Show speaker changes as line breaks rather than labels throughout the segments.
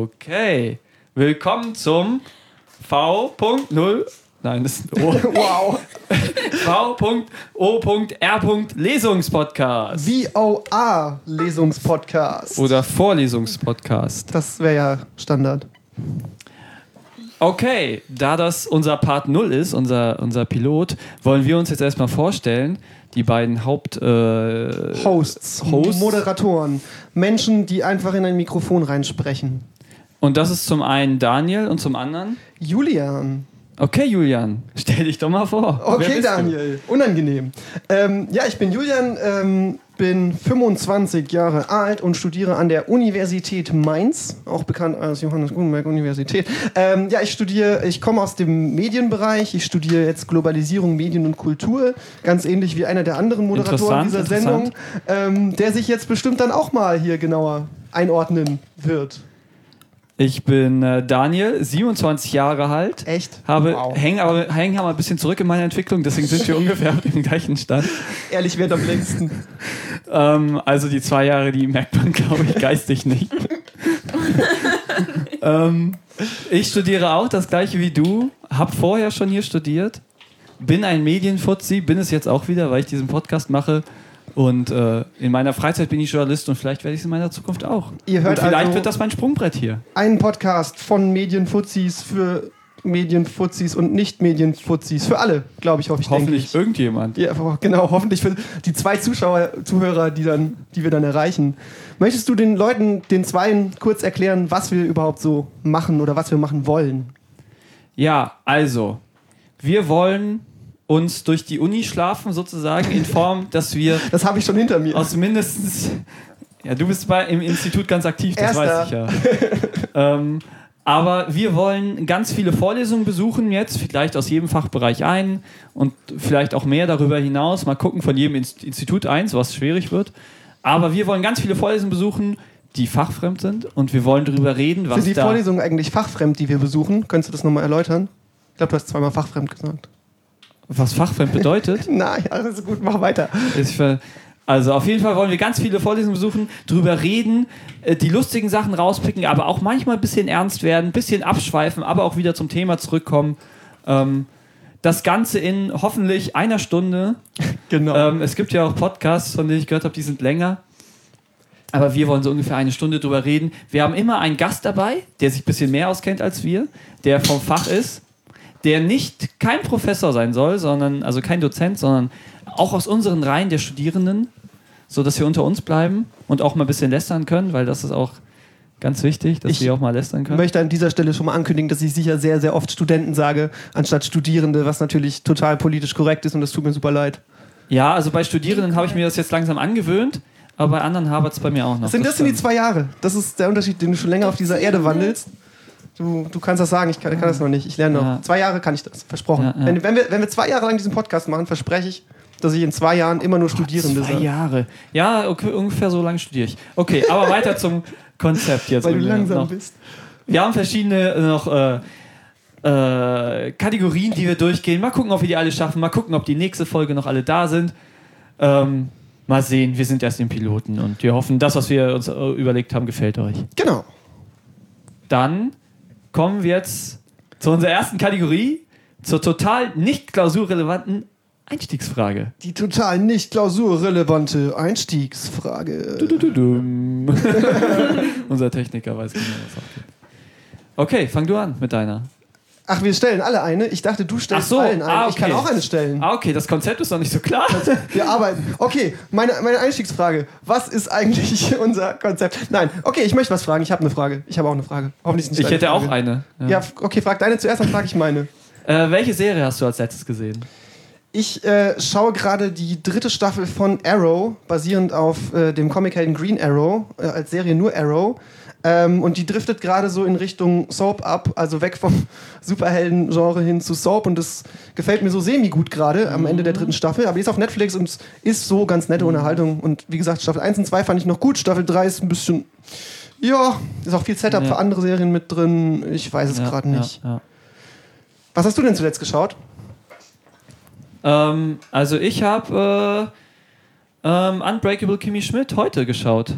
Okay. Willkommen zum V.0. Nein, das ist ein O.
Wow.
V.O.R. Lesungspodcast.
VOA-Lesungspodcast.
Oder Vorlesungspodcast.
Das wäre ja Standard.
Okay, da das unser Part 0 ist, unser, unser Pilot, wollen wir uns jetzt erstmal vorstellen, die beiden Haupt. Äh,
Hosts,
Hosts.
Moderatoren, Menschen, die einfach in ein Mikrofon reinsprechen.
und das ist zum einen Daniel und zum anderen.
Julian.
Okay, Julian, stell dich doch mal vor. Wer
Okay,
bist du?
Daniel. Unangenehm. Ähm, ja, ich bin Julian, ähm, bin 25 Jahre alt und studiere an der Universität Mainz, auch bekannt als Johannes Gutenberg Universität. Ähm, ja, ich studiere, ich komme aus dem Medienbereich. Ich studiere jetzt Globalisierung, Medien und Kultur, ganz ähnlich wie einer der anderen Moderatoren
Interessant,
dieser Sendung, ähm, der sich jetzt bestimmt dann auch mal hier genauer einordnen wird.
Ich bin äh, Daniel, 27 Jahre alt.
Echt?
Habe,
Wow.
häng aber, häng aber ein bisschen zurück in meiner Entwicklung, deswegen sind wir ungefähr auf dem gleichen Stand.
Ehrlich, wer am längsten?
Ähm, also die zwei Jahre, die merkt man, glaube ich, geistig nicht. ähm, ich studiere auch das gleiche wie du, hab vorher schon hier studiert, bin ein Medienfuzzi, bin es jetzt auch wieder, weil ich diesen Podcast mache. Und äh, in meiner Freizeit bin ich Journalist und vielleicht werde ich es in meiner Zukunft auch.
Ihr hört
und vielleicht
also-
wird das mein Sprungbrett hier.
Ein Podcast von Medienfuzis für Medienfuzis und Nicht-Medienfuzis. Für alle, glaube ich, hoffe ich. denke
Hoffentlich irgendjemand.
ich. Ja, ho- genau, hoffentlich für die zwei Zuschauer, Zuhörer, die, dann, die wir dann erreichen. Möchtest du den Leuten, den Zweien, kurz erklären, was wir überhaupt so machen oder was wir machen wollen?
Ja, also, wir wollen uns durch die Uni schlafen, sozusagen, in Form, dass wir
Das habe ich schon hinter mir.
aus mindestens. Ja, du bist bei, im Institut ganz aktiv, das
Erster.
weiß ich ja. ähm, aber wir wollen ganz viele Vorlesungen besuchen jetzt, vielleicht aus jedem Fachbereich ein und vielleicht auch mehr darüber hinaus. Mal gucken von jedem Inst- Institut eins, was schwierig wird. Aber wir wollen ganz viele Vorlesungen besuchen, die fachfremd sind und wir wollen darüber reden, was
Sind die
da.
Vorlesungen eigentlich fachfremd, die wir besuchen? Könntest du das nochmal erläutern? Ich glaube, du hast zweimal fachfremd gesagt.
was fachfremd bedeutet.
Na ja, alles gut, mach weiter.
Ist ver- Also auf jeden Fall wollen wir ganz viele Vorlesungen besuchen, drüber reden, äh, die lustigen Sachen rauspicken, aber auch manchmal ein bisschen ernst werden, ein bisschen abschweifen, aber auch wieder zum Thema zurückkommen. Ähm, das Ganze in hoffentlich einer Stunde.
Genau.
Ähm, es gibt ja auch Podcasts, von denen ich gehört habe, die sind länger. Aber wir wollen so ungefähr eine Stunde drüber reden. Wir haben immer einen Gast dabei, der sich ein bisschen mehr auskennt als wir, der vom Fach ist, der nicht kein Professor sein soll, sondern also kein Dozent, sondern auch aus unseren Reihen der Studierenden, so dass wir unter uns bleiben und auch mal ein bisschen lästern können, weil das ist auch ganz wichtig, dass
Ich
wir auch mal lästern
Ich
können.
möchte an dieser Stelle schon mal ankündigen, dass ich sicher sehr, sehr oft Studenten sage, anstatt Studierende, was natürlich total politisch korrekt ist und das tut mir super leid.
Ja, also bei Studierenden habe ich mir das jetzt langsam angewöhnt, aber bei anderen hapert es bei mir auch noch.
Das sind, das sind die zwei Jahre. Das ist der Unterschied, den du schon länger auf dieser Erde wandelst. Du, du kannst das sagen, ich kann, kann das noch nicht. Ich lerne noch.
Ja.
Zwei Jahre kann ich das, versprochen.
Ja, ja.
Wenn, wenn, wir, wenn wir zwei Jahre lang diesen Podcast machen, verspreche ich, dass ich in zwei Jahren immer nur Studierende
Zwei
sage.
Jahre. Ja, okay, ungefähr so lange studiere ich. Okay, aber weiter zum Konzept jetzt.
Weil du
Julian,
langsam
noch.
bist.
Wir haben verschiedene äh, noch äh, äh, Kategorien, die wir durchgehen. Mal gucken, ob wir die alle schaffen. Mal gucken, ob die nächste Folge noch alle da sind. Ähm, mal sehen. Wir sind erst im Piloten und wir hoffen, das, was wir uns äh, überlegt haben, gefällt euch.
Genau.
Dann kommen wir jetzt zu unserer ersten Kategorie, zur total nicht klausurrelevanten Einstiegsfrage.
Die total nicht klausurrelevante Einstiegsfrage.
Tududum. Unser Techniker weiß genau, was abgeht. Okay, fang du an mit deiner.
Ach, wir stellen alle eine. Ich dachte, du stellst
Ach so,
allen eine.
ah,
Ich kann
okay.
auch eine stellen.
Ah, okay, das Konzept ist noch nicht so klar.
Wir arbeiten. Okay, meine, meine Einstiegsfrage. Was ist eigentlich unser Konzept? Nein, okay, ich möchte was fragen. Ich habe eine Frage. Ich habe auch eine Frage. Hoffentlich ist es
Ich
nicht
hätte
deine
auch
Frage.
eine. Ja.
Ja, f- okay, frag deine zuerst, dann frage ich meine.
Äh, welche Serie hast du als letztes gesehen?
Ich äh, schaue gerade die dritte Staffel von Arrow, basierend auf äh, dem Comichelden Green Arrow, äh, als Serie nur Arrow. Ähm, und die driftet gerade so in Richtung Soap ab, also weg vom Superhelden-Genre hin zu Soap. Und das gefällt mir so semi-gut gerade am Ende der
Mhm.
dritten Staffel. Aber die ist auf Netflix und es ist so ganz nette Unterhaltung. Und wie gesagt, Staffel 1 und 2 fand ich noch gut. Staffel 3 ist ein bisschen. Ja, ist auch viel Setup
Ja.
für andere Serien mit drin. Ich weiß es
Ja,
gerade nicht.
Ja,
Was hast du denn zuletzt geschaut?
ja. Ähm, also ich habe äh, ähm, Unbreakable Kimmy Schmidt heute geschaut.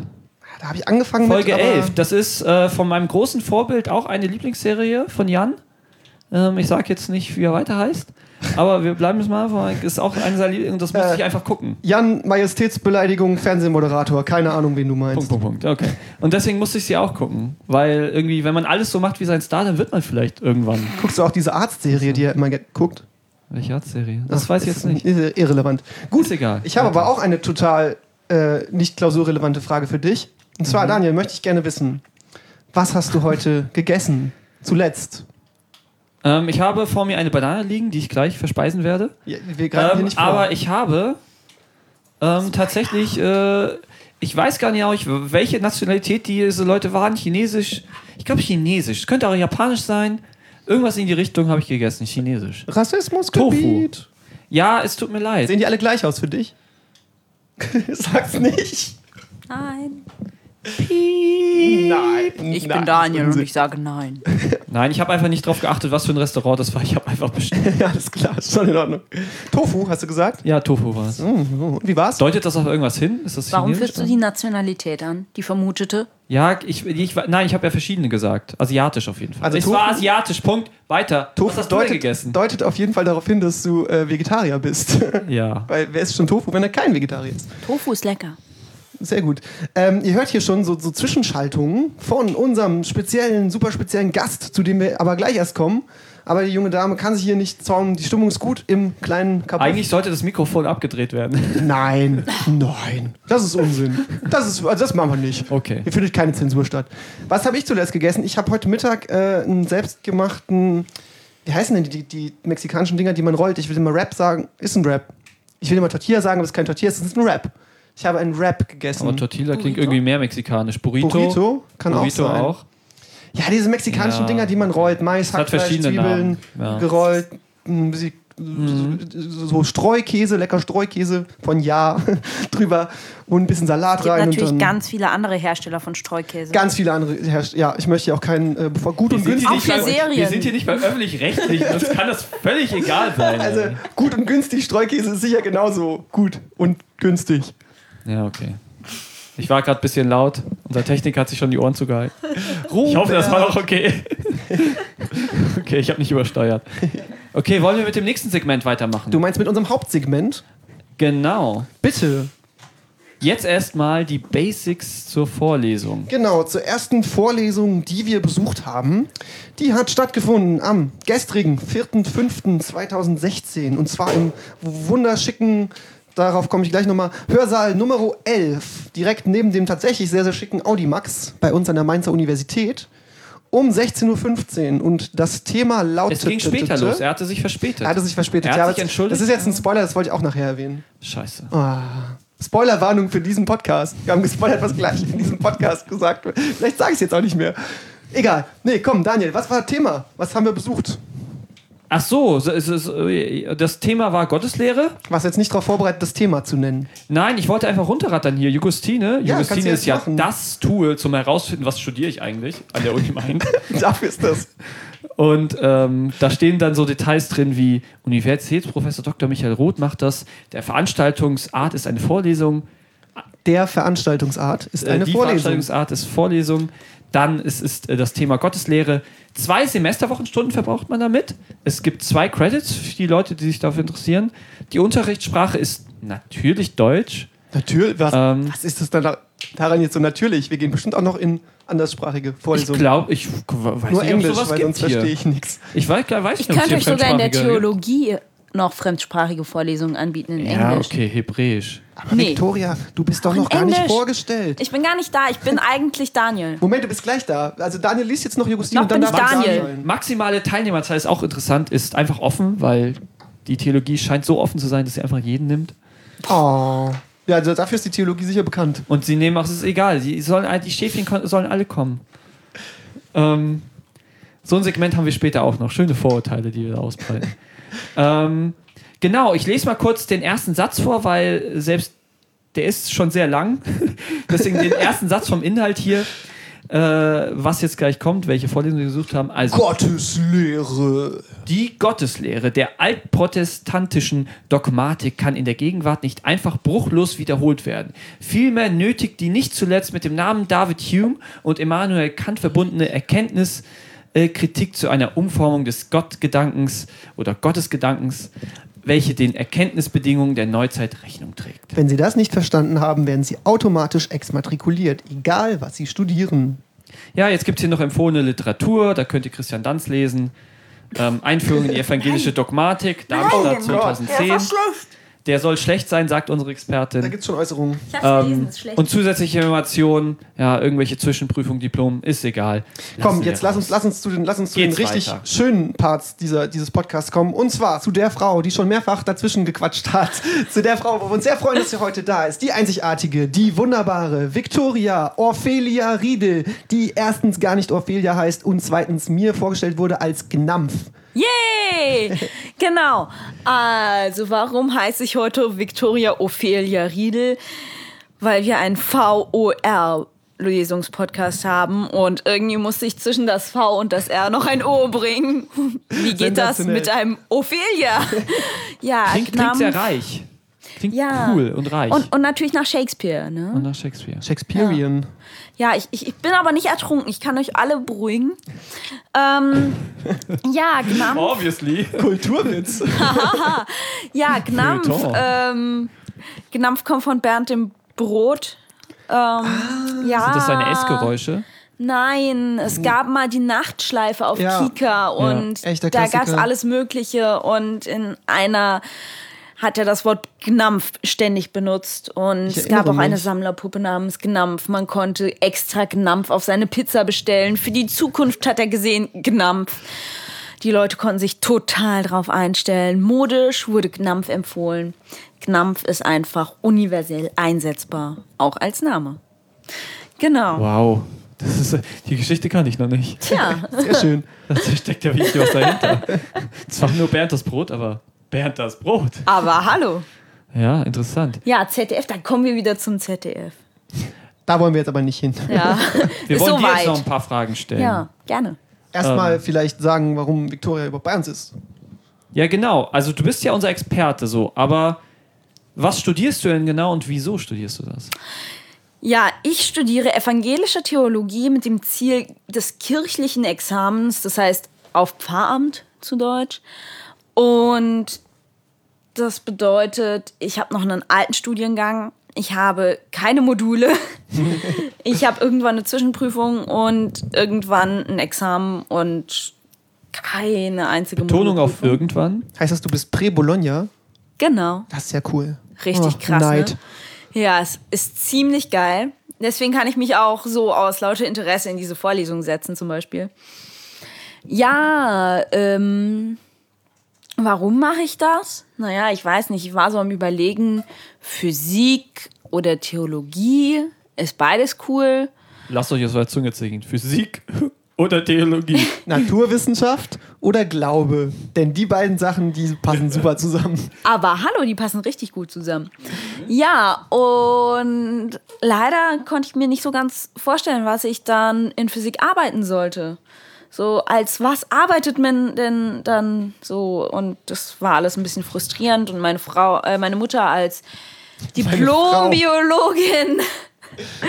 Da habe ich angefangen
Folge
mit. aber-
11. Das ist äh, von meinem großen Vorbild auch eine Lieblingsserie von Jan. Ähm, ich sage jetzt nicht, wie er weiter heißt, aber wir bleiben es mal. weil Ist auch eine seiner Lieblings. Das muss
Äh,
ich einfach gucken.
Jan, Majestätsbeleidigung, Fernsehmoderator. Keine Ahnung, wen du
Punkt,
meinst.
Punkt, Punkt. Okay. Und deswegen musste ich sie auch gucken, weil irgendwie, wenn man alles so macht wie sein Star, dann wird man vielleicht irgendwann.
Guckst du auch diese Arztserie, die er immer ge- guckt?
Welche Arztserie? Das
Ach,
weiß ich
ist
jetzt nicht.
irre- Irrelevant. Gut,
Ist egal.
ich habe aber auch eine total äh, nicht klausurrelevante Frage für dich. Und zwar,
Mhm.
Daniel, möchte ich gerne wissen, was hast du heute gegessen? Zuletzt.
Ähm, ich habe vor mir eine Banane liegen, die ich gleich verspeisen werde.
Ja, Wir greifen hier
Ähm,
nicht vor.
aber ich habe ähm, tatsächlich, äh, ich weiß gar nicht, genau, ich- welche Nationalität diese Leute waren. Chinesisch, ich glaube Chinesisch. Es könnte auch Japanisch sein. Irgendwas in die Richtung habe ich gegessen. Chinesisch.
Rassismusgebiet.
Ja, es tut mir leid.
Sehen die alle gleich aus für dich? Sag's nicht.
Nein.
Nein.
Ich bin Daniel und ich sage nein.
Nein, ich habe einfach nicht drauf geachtet, was für ein Restaurant das war. Ich habe einfach bestellt.
Ja, alles klar, ist schon in Ordnung. Tofu, hast du gesagt?
Ja, Tofu war es.
Und wie war's?
Deutet das auf irgendwas hin? Ist das
Warum
Chinesisch?
führst du die Nationalität an? Die vermutete?
Ja, ich, ich nein, ich habe ja verschiedene gesagt. Asiatisch auf jeden Fall.
Also
es
Tofu-
war asiatisch. Punkt. Weiter.
Tofu
Was hast du denn
deutet,
gegessen?
deutet auf jeden Fall darauf hin, dass du äh, Vegetarier bist.
Ja.
Weil wer isst schon Tofu, wenn er kein Vegetarier ist?
Tofu ist lecker.
Sehr gut. Ähm, ihr hört hier schon so, so Zwischenschaltungen von unserem speziellen, super speziellen Gast, zu dem wir aber gleich erst kommen. Aber die junge Dame kann sich hier nicht zaumen. Die Stimmung ist gut im kleinen Kaputt.
Eigentlich sollte das Mikrofon abgedreht werden.
Nein, nein. Das ist Unsinn. Das, ist, also das machen wir nicht.
Okay.
Hier findet keine Zensur statt. Was habe ich zuletzt gegessen? Ich habe heute Mittag äh, einen selbstgemachten. Wie heißen denn die, die mexikanischen Dinger, die man rollt? Ich will immer Rap sagen. Ist ein Rap. Ich will immer Tortilla sagen, aber es ist kein Tortilla, es ist ein Rap. Ich habe einen Rap gegessen.
Aber Tortilla klingt
Burrito?
irgendwie mehr mexikanisch. Burrito.
Burrito kann
Burrito
auch sein.
auch.
Ja, diese mexikanischen
Ja.
Dinger, die man rollt. Mais,
hat
Hackfleisch,
verschiedene
Zwiebeln,
Namen. Ja. Mhm.
gerollt, ein bisschen so- so Streukäse, lecker Streukäse von Ja drüber und ein bisschen Salat
Es gibt
rein
natürlich
und dann
ganz viele andere Hersteller von Streukäse.
ganz viele andere Herst Ja, ich möchte ja auch keinen äh, bevor- gut und
Wir sind,
günstig.
hier
Auch
nicht
für
bei, wir
Serien.
sind hier nicht beim öffentlich-rechtlichen, uns kann das völlig egal sein.
Also gut und günstig Streukäse ist sicher genauso gut und günstig.
ja, okay. Ich war gerade ein bisschen laut. Unser Techniker hat sich schon die Ohren zugehalten. Ich hoffe, das war auch okay. Okay, ich habe nicht übersteuert. Okay, wollen wir mit dem nächsten Segment weitermachen?
Du meinst mit unserem Hauptsegment?
genau.
Bitte.
Jetzt erstmal die Basics zur Vorlesung.
Genau, zur ersten Vorlesung, die wir besucht haben. Die hat stattgefunden am gestrigen 4.5.2016 und zwar im wunderschicken, darauf komme ich gleich nochmal, Hörsaal Nummer 11, direkt neben dem tatsächlich sehr, sehr schicken Audimax bei uns an der Mainzer Universität um 16.15 Uhr und das Thema lautet...
Es ging später los, er hatte sich verspätet.
Er hatte sich verspätet.
Er hat
ja,
sich
aber
entschuldigt.
Das ist jetzt ein Spoiler, das wollte ich auch nachher erwähnen.
Scheiße.
Ah, Spoilerwarnung für diesen Podcast. Wir haben gespoilert, was gleich in diesem Podcast gesagt wird. Vielleicht sage ich es jetzt auch nicht mehr. Egal. Nee, komm, Daniel, was war das Thema? Was haben wir besucht?
Ach so, so ist es, äh, das Thema war Gotteslehre.
Was jetzt nicht darauf vorbereitet, das Thema zu nennen.
Nein, ich wollte einfach runterrattern hier. Jugustine.
Ja, kannst du
Jugustine
jetzt
ist ja
machen.
das Tool zum Herausfinden, was studiere ich eigentlich an der Uni Main.
Dafür ist das.
Und ähm, da stehen dann so Details drin wie Universitätsprofessor Dr. Michael Roth macht das. Der Veranstaltungsart ist eine Vorlesung.
Der Veranstaltungsart ist
Äh,
eine
die
Vorlesung.
Veranstaltungsart ist Vorlesung. Dann ist, ist äh, das Thema Gotteslehre. Zwei Semesterwochenstunden verbraucht man damit. Es gibt zwei Credits für die Leute, die sich dafür interessieren. Die Unterrichtssprache ist natürlich Deutsch.
Natürlich. Was,
Ähm.
was ist das dann da- daran jetzt so natürlich? Wir gehen bestimmt auch noch in anderssprachige
Ich
Vorlesungen.
glaube, ich w- weiß
Nur
nicht,
Englisch,
ob es sowas
weil
gibt
sonst verstehe
hier.
ich nichts.
Ich weiß, weiß nicht,
Ich könnte
hier
euch sogar in der
Fremdsprachige gibt.
Theologie noch fremdsprachige Vorlesungen anbieten in
Ja,
Englisch.
okay, Hebräisch.
Aber
Nee.
Victoria, du bist doch
Auch
noch
in
gar nicht
Englisch.
vorgestellt.
Ich bin gar nicht da, ich bin eigentlich Daniel.
Moment, du bist gleich da. Also Daniel liest jetzt noch Jugostin
Noch
und dann
bin ich
darf
Daniel.
Maximale Teilnehmerzahl ist auch interessant, ist einfach offen, weil die Theologie scheint so offen zu sein, dass sie einfach jeden nimmt.
Oh. Ja, also dafür ist die Theologie sicher bekannt.
Und sie nehmen auch, es ist egal, die, sollen, all- die Schäfchen kon- sollen alle kommen. Ähm, so ein Segment haben wir später auch noch. Schöne Vorurteile, die wir da ausbreiten. ähm, genau, ich lese mal kurz den ersten Satz vor, weil selbst der ist schon sehr lang. Deswegen den ersten Satz vom Inhalt hier. äh, was jetzt gleich kommt, welche Vorlesung wir gesucht haben. Also
Gotteslehre.
die Gotteslehre der altprotestantischen Dogmatik kann in der Gegenwart nicht einfach bruchlos wiederholt werden. Vielmehr nötigt die nicht zuletzt mit dem Namen David Hume und Immanuel Kant verbundene Erkenntnis äh, Kritik zu einer Umformung des Gottgedankens oder Gottesgedankens, welche den Erkenntnisbedingungen der Neuzeit Rechnung trägt.
Wenn Sie das nicht verstanden haben, werden Sie automatisch exmatrikuliert, egal was Sie studieren.
Ja, jetzt gibt es hier noch empfohlene Literatur, da könnt ihr Christian Danz lesen. Ähm, Einführung in die evangelische Dogmatik,
Oh
Darmstadt 2010. Der soll schlecht sein, sagt unsere
Da
Expertin.
gibt es schon Äußerungen.
Ich hab's gelesen,
Ähm,
ist schlecht.
und zusätzliche Informationen, ja, irgendwelche Zwischenprüfungen, Diplom, ist egal.
Komm,
Lassen
jetzt
wir
lass uns,
raus.
lass uns zu den, lass uns zu den
Geht's
richtig
weiter.
schönen Parts dieser, dieses Podcasts kommen. Und zwar zu der Frau, die schon mehrfach dazwischen gequatscht hat. zu der Frau, wo wir uns sehr freuen, dass sie heute da ist. Die einzigartige, die wunderbare Victoria Ophelia Riedel, die erstens gar nicht Ophelia heißt und zweitens mir vorgestellt wurde als Gnampf.
Yay! genau. Also, warum heiße ich heute Victoria Ophelia Riedel? Weil wir einen VOR-Lesungspodcast haben und irgendwie musste ich zwischen das V und das R noch ein O bringen. Wie geht das
Sensationell.
mit einem Ophelia? ja,
Klingt, klingt
Knampf.
sehr reich. Klingt
Ja.
cool und reich.
Und, und natürlich nach Shakespeare, ne?
Und nach Shakespeare.
Shakespearean.
Ja, ich, ich, ich bin aber nicht ertrunken. Ich kann euch alle beruhigen. Ähm, ja,
Oh.
Gnam.
Obviously.
Kulturwitz.
Ja, Gnampf.
Feuilleton.
Ähm, Gnampf kommt von Bernd dem Brot. Ähm, ja.
Ah. Sind das seine Essgeräusche?
Nein, es gab mal die Nachtschleife auf
Ja.
Kika und
Echter
da
Klassiker.
gab es alles Mögliche und in einer hat er das Wort Gnampf ständig benutzt und
Ich
es gab
erinnere
auch eine
mich.
Sammlerpuppe namens Gnampf. Man konnte extra Gnampf auf seine Pizza bestellen. Für die Zukunft hat er gesehen Gnampf. Die Leute konnten sich total drauf einstellen. Modisch wurde Gnampf empfohlen. Gnampf ist einfach universell einsetzbar, auch als Name. Genau.
Wow. Das ist, die Geschichte kann ich noch nicht.
Tja.
Sehr schön.
Da steckt ja wirklich was dahinter. Zwar nur Bernd das Brot, aber Bernd das Brot.
Aber hallo.
Ja, interessant.
Ja, ZDF, dann kommen wir wieder zum ZDF.
Da wollen wir jetzt aber nicht hin.
Ja,
Wir
ist
wollen
so
dir jetzt noch
weit.
ein paar Fragen stellen.
Ja, gerne.
Erstmal
Ähm.
vielleicht sagen, warum Victoria überhaupt bei uns ist.
ja, genau. Also du bist ja unser Experte so, aber was studierst du denn genau und wieso studierst du das?
Ja, ich studiere evangelische Theologie mit dem Ziel des kirchlichen Examens, das heißt auf Pfarramt zu Deutsch. Und das bedeutet, ich habe noch einen alten Studiengang, ich habe keine Module, ich habe irgendwann eine Zwischenprüfung und irgendwann ein Examen und keine einzige
Betonung auf
Modulprüfung.
irgendwann.
Heißt das, du bist Pre-Bologna?
Genau.
Das ist ja cool.
Richtig
Oh,
krass.
Neid.
Ne? Ja, es ist ziemlich geil. Deswegen kann ich mich auch so aus lauter Interesse in diese Vorlesung setzen, zum Beispiel. Ja, ähm, warum mache ich das? Naja, ich weiß nicht. Ich war so am Überlegen, Physik oder Theologie ist beides cool.
Lasst euch aus der Zunge ziehen. Physik oder Theologie.
Naturwissenschaft oder Glaube? Denn die beiden Sachen, die passen super zusammen.
Aber hallo, die passen richtig gut zusammen. Ja, und leider konnte ich mir nicht so ganz vorstellen, was ich dann in Physik arbeiten sollte. So, als was arbeitet man denn dann so? Und das war alles ein bisschen frustrierend. Und meine Frau, äh, meine Mutter als
Frau.
Diplombiologin.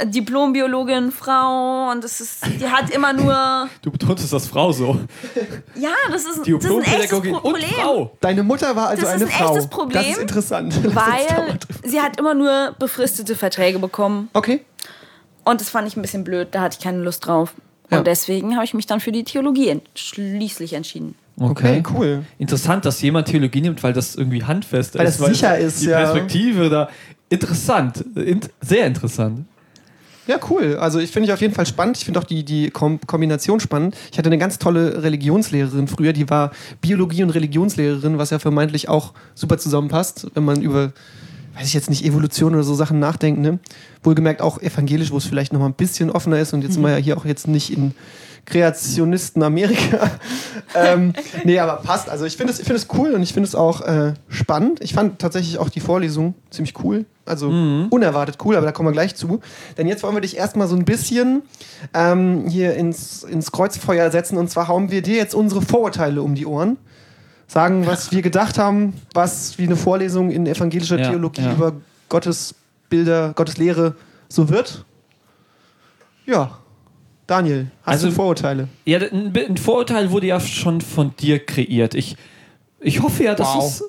äh, Diplombiologin, Frau, und das ist, die hat immer nur,
Du betonst das Frau so.
ja, das ist, das ist ein echtes
Diplompädagogin
Pro-
und
Problem.
Frau.
Deine Mutter war also
Das ist
eine
ein
Frau.
echtes Problem,
Das ist interessant. Lass uns da mal
Weil
drüber-
sie hat immer nur befristete Verträge bekommen.
okay.
Und das fand ich ein bisschen blöd, da hatte ich keine Lust drauf.
Ja.
Und deswegen habe ich mich dann für die Theologie ent schließlich entschieden.
Okay, cool.
Interessant, dass jemand Theologie nimmt, weil das irgendwie handfest
Weil
ist.
das sicher ist,
die
ja.
Perspektive da. Interessant. In sehr interessant.
Ja, cool. Also ich finde ich auf jeden Fall spannend. Ich finde auch die, die Kom Kombination spannend. Ich hatte eine ganz tolle Religionslehrerin früher, die war Biologie- und Religionslehrerin, was ja vermeintlich auch super zusammenpasst, wenn man über, weiß ich jetzt nicht, Evolution oder so Sachen nachdenkt. Ne? Wohlgemerkt auch evangelisch, wo es vielleicht noch mal ein bisschen offener ist. Und jetzt sind wir ja hier auch jetzt nicht in Kreationisten Amerika. ähm, nee, aber passt. Also ich finde es ich finde es cool und ich finde es auch äh, spannend. Ich fand tatsächlich auch die Vorlesung ziemlich cool. Also
Mhm.
unerwartet cool, aber da kommen wir gleich zu. Denn jetzt wollen wir dich erstmal so ein bisschen ähm, hier ins, ins Kreuzfeuer setzen. Und zwar hauen wir dir jetzt unsere Vorurteile um die Ohren. Sagen, was wir gedacht haben, was wie eine Vorlesung in evangelischer
Ja,
Theologie
ja.
über Gottes Bilder, Gottes Lehre so wird. Ja, Daniel, hast
Also-
du Vorurteile?
Ja, ein, ein Vorurteil wurde ja schon von dir kreiert. Ich, ich hoffe ja, dass
Wow.
es.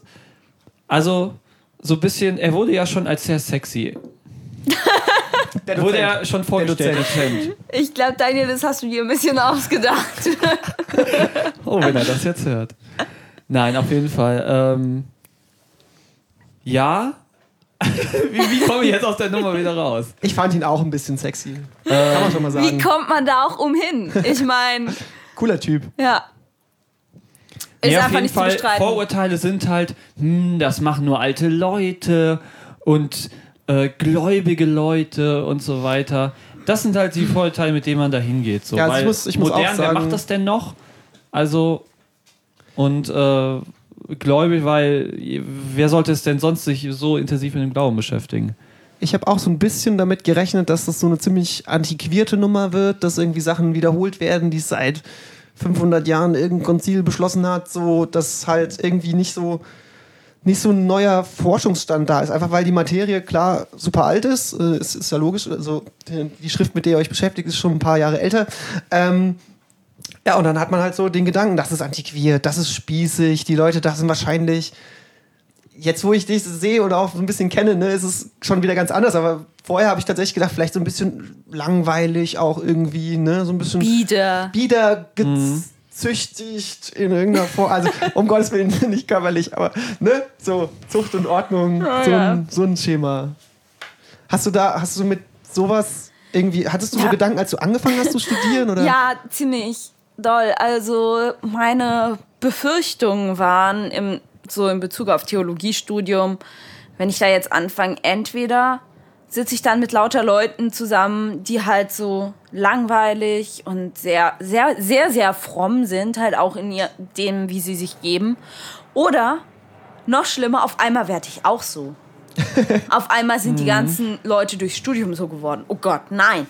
Also, so ein bisschen, er wurde ja schon als sehr sexy. wurde ja schon vorgestellt. Dozent.
Ich glaube, Daniel, das hast du dir ein bisschen ausgedacht.
Oh, wenn er das jetzt hört. Nein, auf jeden Fall. Ähm, ja. wie wie komme ich jetzt aus der Nummer wieder raus?
Ich fand ihn auch ein bisschen sexy. Kann man schon mal
Wie
sagen.
kommt man da auch umhin? Ich meine,
Cooler Typ.
ja. Ist
Ja, auf
einfach
jeden
nicht
Fall,
zu bestreiten.
Vorurteile sind halt, hm, das machen nur alte Leute und äh, gläubige Leute und so weiter. Das sind halt die Vorurteile, mit denen man da hingeht. So,
Ja, also ich
weil
muss- ich muss auch
modern,
sagen-
wer macht das denn noch? Also, und äh, gläubig, weil wer sollte es denn sonst sich so intensiv mit dem Glauben beschäftigen?
Ich habe auch so ein bisschen damit gerechnet, dass das so eine ziemlich antiquierte Nummer wird, dass irgendwie Sachen wiederholt werden, die es seit 500 Jahren irgendein Konzil beschlossen hat, so dass halt irgendwie nicht so nicht so ein neuer Forschungsstand da ist, einfach weil die Materie klar super alt ist, äh, es ist ja logisch, also die Schrift, mit der ihr euch beschäftigt, ist schon ein paar Jahre älter. Ähm, ja, und dann hat man halt so den Gedanken, das ist antiquiert, das ist spießig, die Leute dachten wahrscheinlich, jetzt wo ich dich sehe oder auch so ein bisschen kenne, ne, ist es schon wieder ganz anders. Aber vorher habe ich tatsächlich gedacht, vielleicht so ein bisschen langweilig auch irgendwie, ne, so ein bisschen
Bieder.
bieder gezüchtigt in irgendeiner Form. Also um Gottes Willen nicht körperlich, aber ne, so Zucht und Ordnung,
Ja,
so,
Ah, ja.
ein, so ein Schema. Hast du da, hast du mit sowas irgendwie, hattest du so
Ja.
Gedanken, als du angefangen hast zu studieren? Oder?
Ja, ziemlich doll. Also meine Befürchtungen waren im, so in Bezug auf Theologiestudium, wenn ich da jetzt anfange, entweder sitze ich dann mit lauter Leuten zusammen, die halt so langweilig und sehr, sehr, sehr, sehr fromm sind, halt auch in ihr, dem, wie sie sich geben. Oder noch schlimmer, auf einmal werde ich auch so. auf einmal sind die ganzen Leute durchs Studium so geworden. Oh Gott, nein.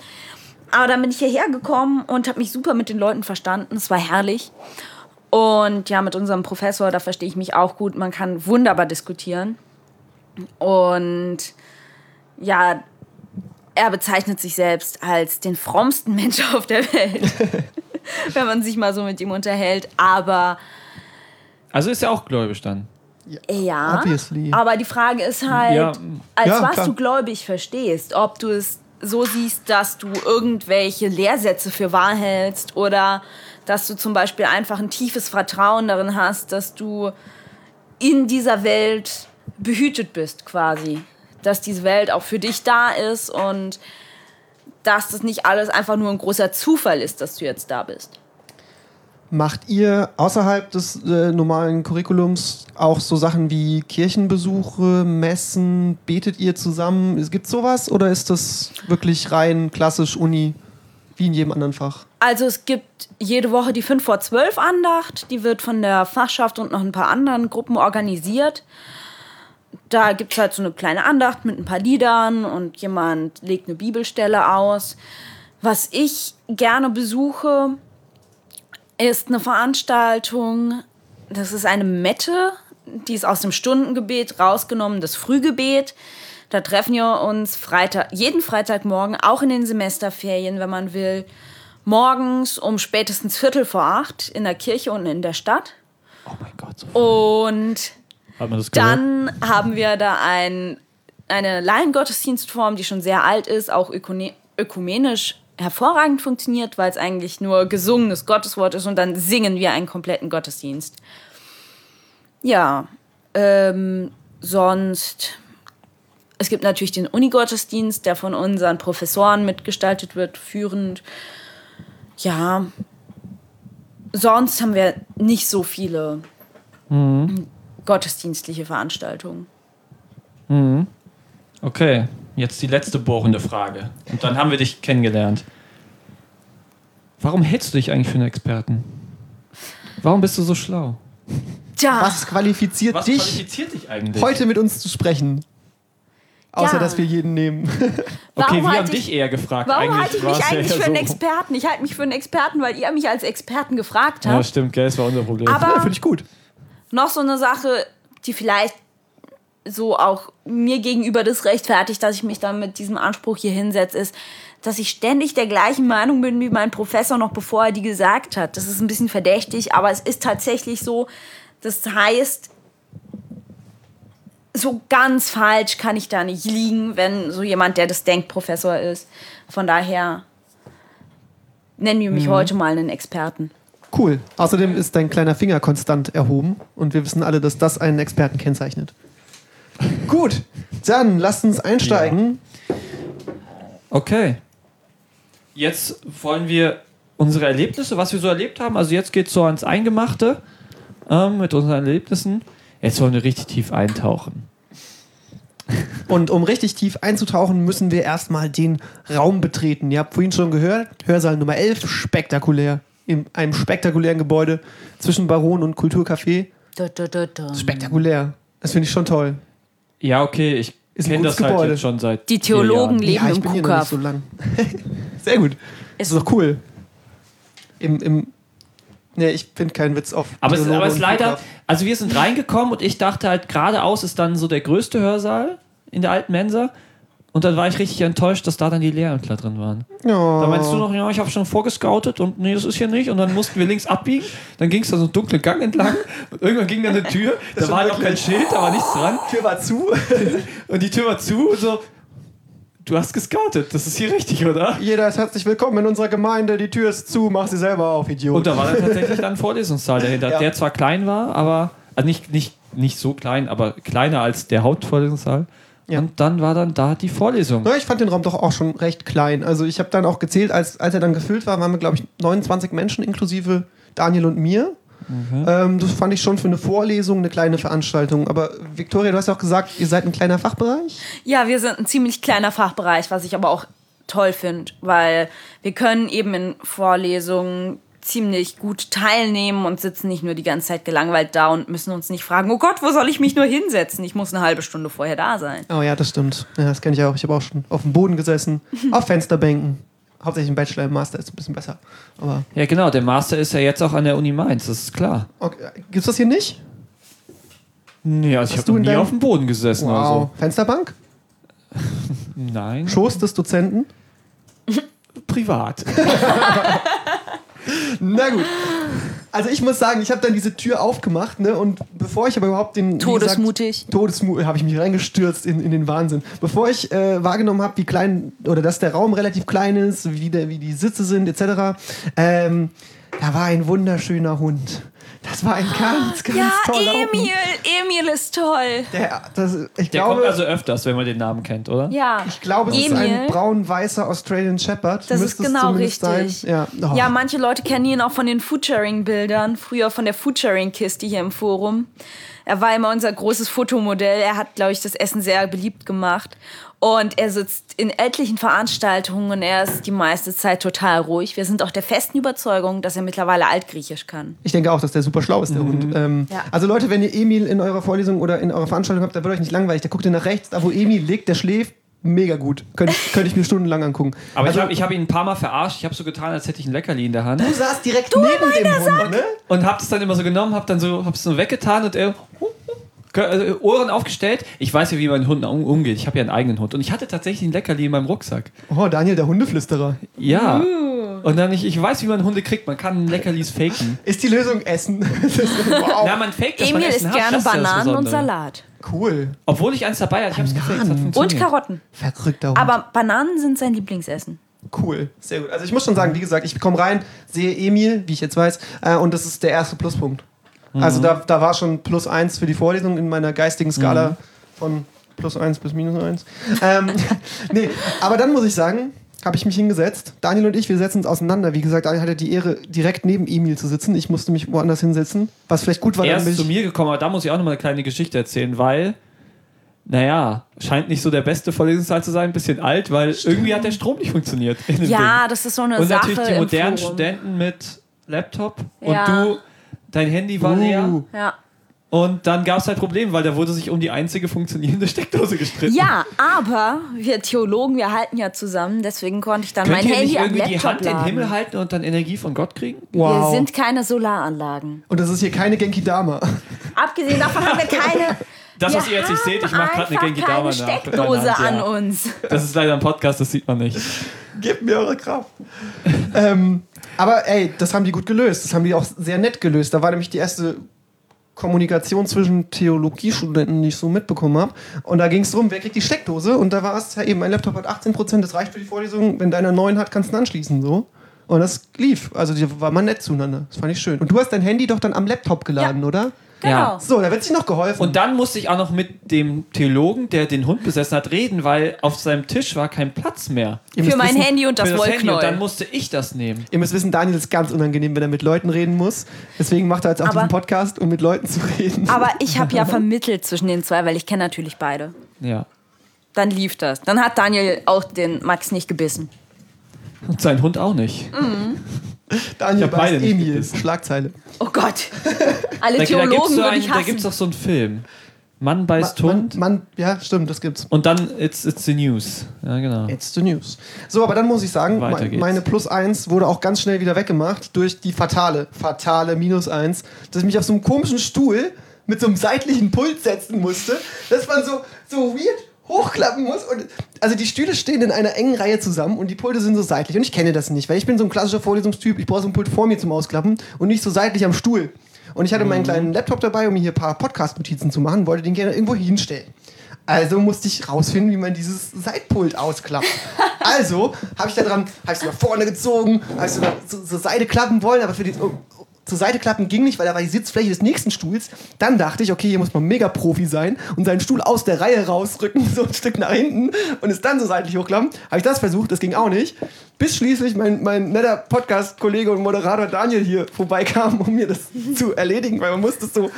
Aber dann bin ich hierher gekommen und habe mich super mit den Leuten verstanden. Es war herrlich. Und ja, mit unserem Professor, da verstehe ich mich auch gut. Man kann wunderbar diskutieren. Und ja, er bezeichnet sich selbst als den frommsten Mensch auf der Welt, wenn man sich mal so mit ihm unterhält. Aber
Also ist ja auch gläubig dann.
ja,
Obviously.
aber die Frage ist halt,
Ja.
als
Ja,
was
klar.
du gläubig verstehst, ob du es so siehst, dass du irgendwelche Lehrsätze für wahr hältst oder dass du zum Beispiel einfach ein tiefes Vertrauen darin hast, dass du in dieser Welt behütet bist quasi, dass diese Welt auch für dich da ist und dass das nicht alles einfach nur ein großer Zufall ist, dass du jetzt da bist.
Macht ihr außerhalb des äh, normalen Curriculums auch so Sachen wie Kirchenbesuche, Messen? Betet ihr zusammen? Gibt es sowas oder ist das wirklich rein klassisch Uni wie in jedem anderen Fach?
Also es gibt jede Woche die 5 vor 12 Andacht. Die wird von der Fachschaft und noch ein paar anderen Gruppen organisiert. Da gibt es halt so eine kleine Andacht mit ein paar Liedern und jemand legt eine Bibelstelle aus. Was ich gerne besuche, ist eine Veranstaltung. Das ist eine Mette, die ist aus dem Stundengebet rausgenommen, das Frühgebet. Da treffen wir uns Freitag, jeden Freitagmorgen, auch in den Semesterferien, wenn man will, morgens um spätestens Viertel vor acht in der Kirche und in der Stadt.
Oh mein Gott, so
Und
hat man das
dann haben wir da ein, eine Laiengottesdienstform, die schon sehr alt ist, auch ökone- ökumenisch hervorragend funktioniert, weil es eigentlich nur gesungenes Gotteswort ist und dann singen wir einen kompletten Gottesdienst. Ja, ähm, sonst. Es gibt natürlich den Unigottesdienst, der von unseren Professoren mitgestaltet wird, führend. Ja, sonst haben wir nicht so viele gottesdienstliche Veranstaltungen.
Okay, jetzt die letzte bohrende Frage. Und dann haben wir dich kennengelernt. Warum hältst du dich eigentlich für einen Experten? Warum bist du so schlau?
Tja, Ah.
Was qualifiziert dich,
qualifiziert dich eigentlich?
heute mit uns zu sprechen? Außer,
Ja.
dass wir jeden nehmen.
Okay,
Warum
wir
halte
haben
ich-
dich eher gefragt.
Warum
eigentlich
halte ich
war's
mich
ja
eigentlich
eher
für einen
so.
Experten? Ich halte mich für einen Experten, weil ihr mich als Experten gefragt
Ja,
habt.
stimmt, gell, das war unser Problem.
Aber-
ja, finde ich gut.
noch so eine Sache, die vielleicht so auch mir gegenüber das rechtfertigt, dass ich mich dann mit diesem Anspruch hier hinsetze, ist, dass ich ständig der gleichen Meinung bin wie mein Professor noch bevor er die gesagt hat. Das ist ein bisschen verdächtig, aber es ist tatsächlich so, das heißt, so ganz falsch kann ich da nicht liegen, wenn so jemand, der das denkt, Professor ist. Von daher nennen wir mich heute mal einen Experten.
Cool. Außerdem ist dein kleiner Finger konstant erhoben und wir wissen alle, dass das einen Experten kennzeichnet. Gut, dann lasst uns einsteigen.
Okay. Jetzt wollen wir unsere Erlebnisse, was wir so erlebt haben. Also jetzt geht's so ans Eingemachte ähm, mit unseren Erlebnissen. Jetzt wollen wir richtig tief eintauchen.
Und um richtig tief einzutauchen, müssen wir erstmal den Raum betreten. Ihr habt vorhin schon gehört, Hörsaal Nummer 11, spektakulär. In einem spektakulären Gebäude zwischen Baron und Kulturcafé.
Da, da, da, da.
Spektakulär. Das finde ich schon toll.
Ja, okay, ich
Ist ein
kenne das
gutes
halt
Gebäude.
jetzt schon seit.
Die
vier Jahren.
Theologen leben
ja, ich
im
bin hier noch
Kuhkaff.
nicht so lang. Sehr gut. Ist doch cool. Im, im Nee, ich finde keinen Witz auf.
Aber es, ist-
Theologe
aber es ist
und
leider,
Flughafen.
also wir sind reingekommen und ich dachte halt, geradeaus ist dann so der größte Hörsaal in der alten Mensa. Und dann war ich richtig enttäuscht, dass da dann die Lehrämtler drin waren.
Ja.
Da meinst du noch, ja, ich habe schon vorgescoutet und nee, das ist hier nicht. Und dann mussten wir links abbiegen. Dann ging es da so einen dunklen Gang entlang. Und irgendwann ging da eine Tür. Da
war
war halt auch kein
wirklich-
Schild, da war nichts dran.
Tür war zu.
Und die Tür war zu und so, du hast gescoutet. Das ist hier richtig, oder?
Jeder ist herzlich willkommen in unserer Gemeinde. Die Tür ist zu. Mach sie selber auf, Idiot.
Und da war dann tatsächlich dann ein Vorlesungssaal dahinter,
Ja.
der zwar klein war, aber also nicht, nicht, nicht so klein, aber kleiner als der Hauptvorlesungssaal.
Ja.
Und dann war dann da die Vorlesung.
Na, ich fand den Raum doch auch schon recht klein. Also ich habe dann auch gezählt, als, als er dann gefüllt war, waren wir, glaube ich, 29 Menschen inklusive Daniel und mir.
Mhm.
Ähm, das fand ich schon für eine Vorlesung eine kleine Veranstaltung. Aber Victoria, du hast ja auch gesagt, ihr seid ein kleiner Fachbereich.
Ja, wir sind ein ziemlich kleiner Fachbereich, was ich aber auch toll finde, weil wir können eben in Vorlesungen ziemlich gut teilnehmen und sitzen nicht nur die ganze Zeit gelangweilt da und müssen uns nicht fragen, oh Gott, wo soll ich mich nur hinsetzen? Ich muss eine halbe Stunde vorher da sein.
Oh ja, das stimmt. Ja, das kenne ich auch. Ich habe auch schon auf dem Boden gesessen, auf Fensterbänken. Hauptsächlich im Bachelor, im Master ist ein bisschen besser. Aber
Ja, genau, der Master ist ja jetzt auch an der Uni Mainz, das ist klar.
okay. gibt's das hier nicht?
Nee, also ich
du
habe
in
nie
deinem-
auf dem Boden gesessen oder so.
Fensterbank?
Nein.
Schoß des Dozenten?
privat.
Na gut. Also ich muss sagen, ich habe dann diese Tür aufgemacht, ne? Und bevor ich aber überhaupt den wie gesagt,
Todesmutig.
Todesmut habe ich mich reingestürzt in, in den Wahnsinn. Bevor ich äh, wahrgenommen habe, wie klein oder dass der Raum relativ klein ist, wie, der, wie die Sitze sind, etc. Ähm, da war ein wunderschöner Hund. Das war ein ganz, ganz
Ja,
toller
Ah, Emil,
Hund.
Emil ist toll.
Der, das, ich
Der
glaube,
kommt also öfters, wenn man den Namen kennt, oder?
Ja,
ich glaube, es ist ein braun-weißer Australian Shepherd.
Das
Müsste es
ist genau
zumindest
richtig.
Sein. Ja. Oh.
ja, manche Leute kennen ihn auch von den Foodsharing-Bildern, früher von der Foodsharing-Kiste hier im Forum. Er war immer unser großes Fotomodell. Er hat, glaube ich, das Essen sehr beliebt gemacht. Und er sitzt in etlichen Veranstaltungen und er ist die meiste Zeit total ruhig. Wir sind auch der festen Überzeugung, dass er mittlerweile Altgriechisch kann.
Ich denke auch, dass der super schlau ist, der
Mhm.
Hund. Ähm,
Ja.
Also Leute, wenn ihr Emil in eurer Vorlesung oder in eurer Veranstaltung habt, da wird euch nicht langweilig. Der guckt ihr nach rechts, da wo Emil liegt, der schläft. Mega gut. Könnte könnt ich mir stundenlang angucken.
Aber
also,
ich habe ich hab ihn ein paar Mal verarscht. Ich habe so getan, als hätte ich ein Leckerli in der Hand.
du saßt direkt neben dem Hund, ne?
Und habe es dann immer so genommen, habe dann so, hab's so weggetan und er... Also Ohren aufgestellt. Ich weiß ja, wie mein Hund um, umgeht. Ich habe ja einen eigenen Hund. Und ich hatte tatsächlich ein Leckerli in meinem Rucksack.
Oh, Daniel, der Hundeflüsterer.
Ja.
Uh.
Und dann, ich, ich weiß, wie man Hunde kriegt. Man kann Leckerlis faken.
Ist die Lösung Essen? Das ist, wow,
Na, man faked, dass man
Oh. Emil
Essen
isst
hat.
gerne
Das ist ja das
Bananen und
Besondere.
Salat. Oh
cool.
Obwohl ich eins dabei hatte. Ich habe es gefaked. es hat
Und
funktioniert.
Karotten.
Verrückter Hund.
Aber Bananen sind sein Lieblingsessen.
cool. Sehr gut. Also ich muss schon sagen, wie gesagt, ich komme rein, sehe Emil, wie ich jetzt weiß, äh, und das ist der erste Pluspunkt. Also da, da war schon plus eins für die Vorlesung in meiner geistigen Skala von plus eins bis minus eins. Ähm, nee, aber dann muss ich sagen, habe ich mich hingesetzt. Daniel und ich, wir setzen uns auseinander. Wie gesagt, Daniel hatte die Ehre, direkt neben Emil zu sitzen. Ich musste mich woanders hinsetzen, was vielleicht gut war.
er ist
damit
zu
ich,
mir gekommen, aber da muss ich auch nochmal eine kleine Geschichte erzählen, weil, naja, scheint nicht so der beste Vorlesungssaal zu sein, ein bisschen alt, weil irgendwie hat der Strom nicht funktioniert. In dem
Ja, das ist so eine
Ding. Und
Sache
natürlich die modernen
im Forum.
Studenten mit Laptop
Ja.
und du, dein Handy war
Uh.
leer.
Ja.
Und dann gab es halt Probleme, weil da wurde sich um die einzige funktionierende Steckdose gestritten.
Ja, aber wir Theologen, wir halten ja zusammen, deswegen konnte ich dann
Könnt
mein
ihr
Handy
nicht
am
irgendwie die
Laptop
Hand in den
laden.
Himmel halten und dann Energie von Gott kriegen?
Wow.
Wir sind keine Solaranlagen.
Und das ist hier keine Genki Dama.
Abgesehen davon haben wir keine.
Das,
wir
was ihr jetzt nicht seht, ich mach grad eine
haben
Genki
einfach
Dama
keine
nach- in
Steckdose
meiner Hand,
an
ja.
uns.
Das ist leider ein Podcast, das sieht man nicht.
Gebt mir eure Kraft. ähm, aber ey, das haben die gut gelöst. Das haben die auch sehr nett gelöst. Da war nämlich die erste Kommunikation zwischen Theologiestudenten, die ich so mitbekommen habe. Und da ging es darum, wer kriegt die Steckdose? Und da war es ja eben, mein Laptop hat 18 Prozent, das reicht für die Vorlesung. Wenn deiner 9 hat, kannst du ihn anschließen. So. Und das lief. Also die war man nett zueinander. Das fand ich schön. Und du hast dein Handy doch dann am Laptop geladen, oder?
Ja.
Genau.
So, da wird sich noch geholfen.
Und dann musste ich auch noch mit dem Theologen, der den Hund besessen hat, reden, weil auf seinem Tisch war kein Platz mehr.
Ihr müsst
Für mein
wissen-
Handy und das,
für Handy. Und dann
Wollknäuel.
musste ich das nehmen.
Ihr müsst wissen, Daniel ist ganz unangenehm, wenn er mit Leuten reden muss. Deswegen macht er jetzt auch
Aber-
diesen Podcast, um mit Leuten zu reden.
Aber ich habe ja vermittelt zwischen den zwei, weil ich kenne natürlich beide.
Ja.
Dann lief das. Dann hat Daniel auch den Max nicht gebissen.
Und sein Hund auch nicht.
Daniel
Ich hab beide
beißt
nicht
Emil.
gebissen.
Schlagzeile.
Oh Gott.
Da,
Alle
da gibt es
Theologen
so
würde
einen-
ich
da gibt's
hassen.
doch so einen Film. Mann beißt
Mann,
Hund.
Mann, ja, stimmt, das gibt's.
Und dann it's, it's the news. Ja, genau.
It's the news. So, aber dann muss ich sagen,
Weiter
me-
geht's.
meine Plus 1 wurde auch ganz schnell wieder weggemacht durch die fatale, fatale Minus 1, dass ich mich auf so einem komischen Stuhl mit so einem seitlichen Puls setzen musste, dass man so, so weird hochklappen muss. Und, also die Stühle stehen in einer engen Reihe zusammen und die Pulte sind so seitlich. Und ich kenne das nicht, weil ich bin so ein klassischer Vorlesungstyp. Ich brauche so einen Pult vor mir zum Ausklappen und nicht so seitlich am Stuhl. Und ich hatte
Mhm.
meinen kleinen Laptop dabei, um mir hier ein paar Podcast-Notizen zu machen, wollte den gerne irgendwo hinstellen. Also musste ich rausfinden, wie man dieses Seitpult ausklappt. Also habe ich da dran, habe ich so nach vorne gezogen, habe ich so nach, so, zur Seite klappen wollen, aber für die, oh, oh, zur Seite klappen ging nicht, weil da war die Sitzfläche des nächsten Stuhls. Dann dachte ich, okay, hier muss man mega Profi sein und seinen Stuhl aus der Reihe rausrücken, so ein Stück nach hinten und es dann so seitlich hochklappen. Habe ich das versucht, das ging auch nicht. Bis schließlich mein, mein netter Podcast-Kollege und Moderator Daniel hier vorbeikam, um mir das zu erledigen, weil man musste es so.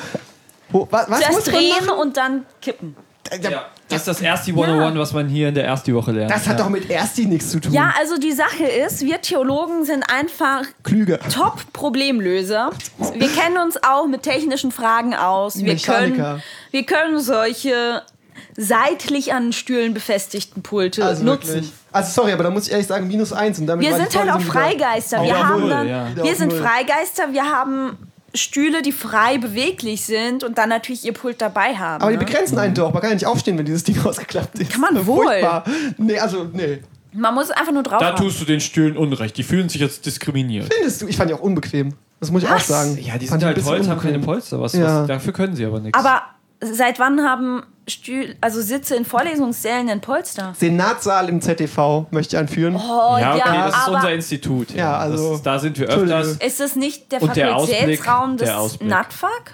Ho- wa- Was
Zuerst
muss man
drehen
machen? Äh,
und dann kippen.
Ja. Das ist das erste 101, was man hier in der ersten Woche lernt.
Das hat
ja.
doch mit Ersti nichts zu tun.
Ja, also die Sache ist, wir Theologen sind einfach
Klüger.
Top-Problemlöser. Wir kennen uns auch mit technischen Fragen aus. Wir
Mechaniker.
können, wir können solche seitlich an Stühlen befestigten Pulte
Also
nutzen.
wirklich. Also sorry, aber da muss ich ehrlich sagen, minus eins. Und damit
Wir
war die
sind halt auch
Vorlesung wieder-
Freigeister.
Auf
Wir haben
Null,
dann,
ja.
Wieder
wir
auf
sind
Null.
Freigeister. Wir haben Stühle, die frei beweglich sind und dann natürlich ihr Pult dabei haben.
Aber die
ne?
begrenzen einen doch. Man kann ja nicht aufstehen, wenn dieses Ding ausgeklappt ist.
Kann man
Das ist
wohl.
Furchtbar. Nee, also nee.
Man muss es einfach nur drauf
Da
haben.
tust du den Stühlen Unrecht. Die fühlen sich jetzt diskriminiert.
Findest du? Ich fand die auch unbequem. Das muss ich auch
Was?
sagen.
Ja, die sind
Fand ich ein
halt
bisschen
Holz, haben
unbequem.
keine Polster. Was,
Ja.
was, dafür können sie aber nichts.
Aber seit wann haben Stühl, also Sitze in Vorlesungssälen ein Polster?
Senatssaal im ZTV möchte ich anführen.
Oh,
ja, okay, das ist
aber
unser Institut. Ja,
Ja, also-
das ist, da sind wir
Entschuldige.
öfters.
ist das nicht der
Und der
Fakultätsraum
Ausblick, der
des
Ausblick.
NATFAK?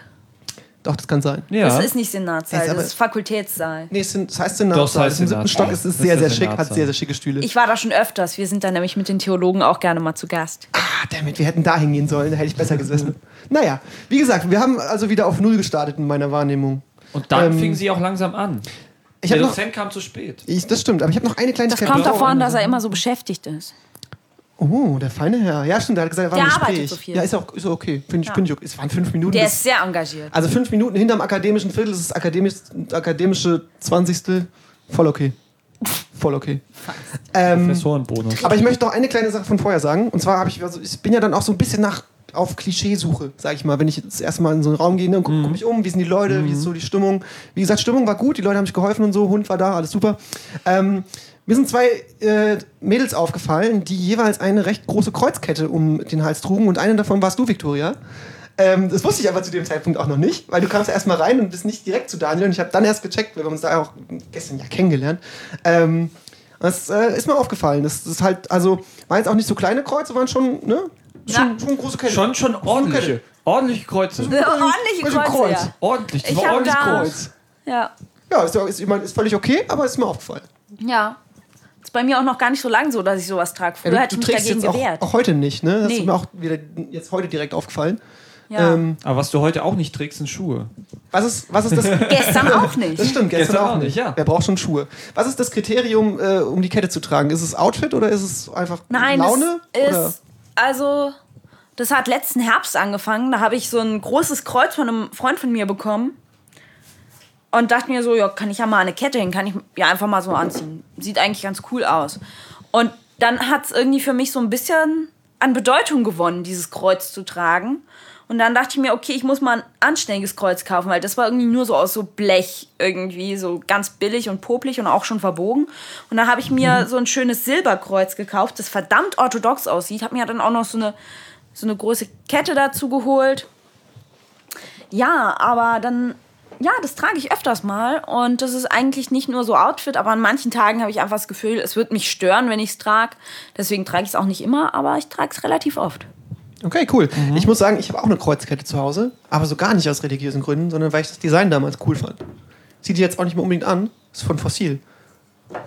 Doch, das kann sein.
Ja.
Das ist nicht Senatssaal,
Ist aber-
das ist Fakultätssaal.
Nee, es sind- das heißt
Doch, das
Senatssaal.
heißt
Im siebten
Senatssaal.
Stock es
Das
ist
ist
sehr,
der
sehr schick, hat
Senatssaal.
sehr, sehr schicke Stühle.
Ich war da schon öfters. Wir sind da nämlich mit den Theologen auch gerne mal zu Gast.
Ah, damit, wir hätten da hingehen sollen, da hätte ich besser gesessen. naja, wie gesagt, wir haben also wieder auf Null gestartet in meiner Wahrnehmung.
Und dann
Ähm,
fingen sie auch langsam an.
Ich
Der
habe noch, Ähm,
Dozent kam zu spät.
ich, das stimmt, aber ich habe noch eine kleine
Das kommt
Frage.
davon, dass er immer so beschäftigt ist.
Oh, der feine Herr. Ja, stimmt, der hat gesagt, er war
Der
im
arbeitet
Gespräch.
so viel.
Ja, ist auch ist auch okay. Finde ich,
Ja.
finde ich, okay. es waren fünf Minuten.
Der
das-
ist sehr engagiert.
also fünf Minuten hinterm akademischen Viertel das ist das akademisch, akademische 20. Voll okay. Voll okay. Ähm,
Professorenbonus.
aber ich möchte noch eine kleine Sache von vorher sagen. Und zwar habe ich, also ich bin ja dann auch so ein bisschen nach auf Klischeesuche, sag ich mal, wenn ich jetzt erstmal in so einen Raum gehe, dann gucke guck mich um, wie sind die Leute, wie ist so die Stimmung. Wie gesagt, Stimmung war gut, die Leute haben mich geholfen und so, Hund war da, alles super. Ähm, mir sind zwei äh, Mädels aufgefallen, die jeweils eine recht große Kreuzkette um den Hals trugen und eine davon warst du, Victoria. Ähm, das wusste ich aber zu dem Zeitpunkt auch noch nicht, weil du kamst erst mal rein und bist nicht direkt zu Daniel und ich habe dann erst gecheckt, weil wir haben uns da auch gestern ja kennengelernt. Ähm, das äh, ist mir aufgefallen. Das ist halt, also, waren jetzt auch nicht so kleine Kreuze, waren schon, ne? Schon,
Na.
schon große Kette.
Schon, schon ordentliche,
Kette.
ordentliche Kreuze.
Ordentliche
Also
Kreuze,
Kreuz.
ja.
Ordentlich, das
Ich
war
hab
ordentlich
da-
Kreuz.
Ja,
Ja, ist, ist, ich meine, ist völlig okay, aber ist mir aufgefallen.
ja. Ist bei mir auch noch gar nicht so lang so, dass ich sowas trage. Früher
Ja,
hätte ich mich dagegen
jetzt auch,
gewehrt.
auch heute nicht, ne? Das
Nee.
ist mir auch wieder jetzt heute direkt aufgefallen.
ja.
Ähm,
Aber was du heute auch nicht trägst, sind Schuhe.
was, ist, was ist das?
Gestern auch
Das
nicht.
stimmt, gestern, auch nicht.
ja.
Wer braucht schon Schuhe? Was ist das Kriterium, äh, um die Kette zu tragen? Ist es Outfit oder ist es einfach
Nein,
Laune?
es
oder?
ist also Das hat letzten Herbst angefangen. Da habe ich so ein großes Kreuz von einem Freund von mir bekommen. Und dachte mir so, ja, kann ich ja mal eine Kette hin, kann ich ja einfach mal so anziehen. Sieht eigentlich ganz cool aus. Und dann hat es irgendwie für mich so ein bisschen an Bedeutung gewonnen, dieses Kreuz zu tragen. Und dann dachte ich mir, okay, ich muss mal ein anständiges Kreuz kaufen, weil das war irgendwie nur so aus so Blech irgendwie, so ganz billig und popelig und auch schon verbogen. Und dann habe ich mir so ein schönes Silberkreuz gekauft, das verdammt orthodox aussieht. Habe mir dann auch noch so eine, so eine große Kette dazu geholt. Ja, aber dann, ja, das trage ich öfters mal. Und das ist eigentlich nicht nur so Outfit, aber an manchen Tagen habe ich einfach das Gefühl, es wird mich stören, wenn ich es trage. Deswegen trage ich es auch nicht immer, aber ich trage es relativ oft.
Okay, cool.
Mhm.
Ich muss sagen, ich habe auch eine Kreuzkette zu Hause, aber so gar nicht aus religiösen Gründen, sondern weil ich das Design damals cool fand. Sieht die jetzt auch nicht mehr unbedingt an. Ist von Fossil.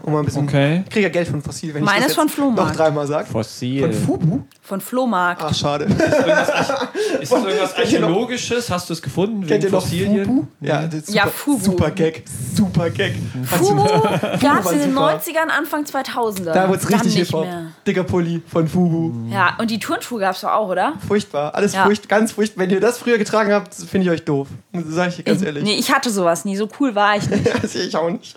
Um mal ein bisschen.
Okay.
Ich kriege ja Geld von Fossil, wenn
Meine
ich
ist
das
von
jetzt noch
Flohmarkt.
dreimal sage.
Fossil.
Von Fubu?
Von Flohmarkt.
Ach, schade.
Ist das irgendwas
Kennt ihr noch-
Archäologisches? Hast du es gefunden?
Kennt ihr
wegen
noch
Fossilien? Mhm.
Fubu? Ja, das ist super,
Ja, Fubu.
super Gag. Super Gag. Hast du-
Fubu gab es in den
super.
90ern, Anfang 2000er.
Da wurde es richtig
nicht
hip-hop.
mehr.
Dicker Pulli von Fubu.
Mhm.
Ja, und die Turnschuhe gab es doch auch, oder?
Furchtbar. Alles
Ja.
furcht, ganz furchtbar. Wenn ihr das früher getragen habt, finde ich euch doof. Sag ich ganz
ich,
ehrlich.
Nee, ich hatte sowas nie. So cool war ich nicht.
Das sehe ich auch nicht.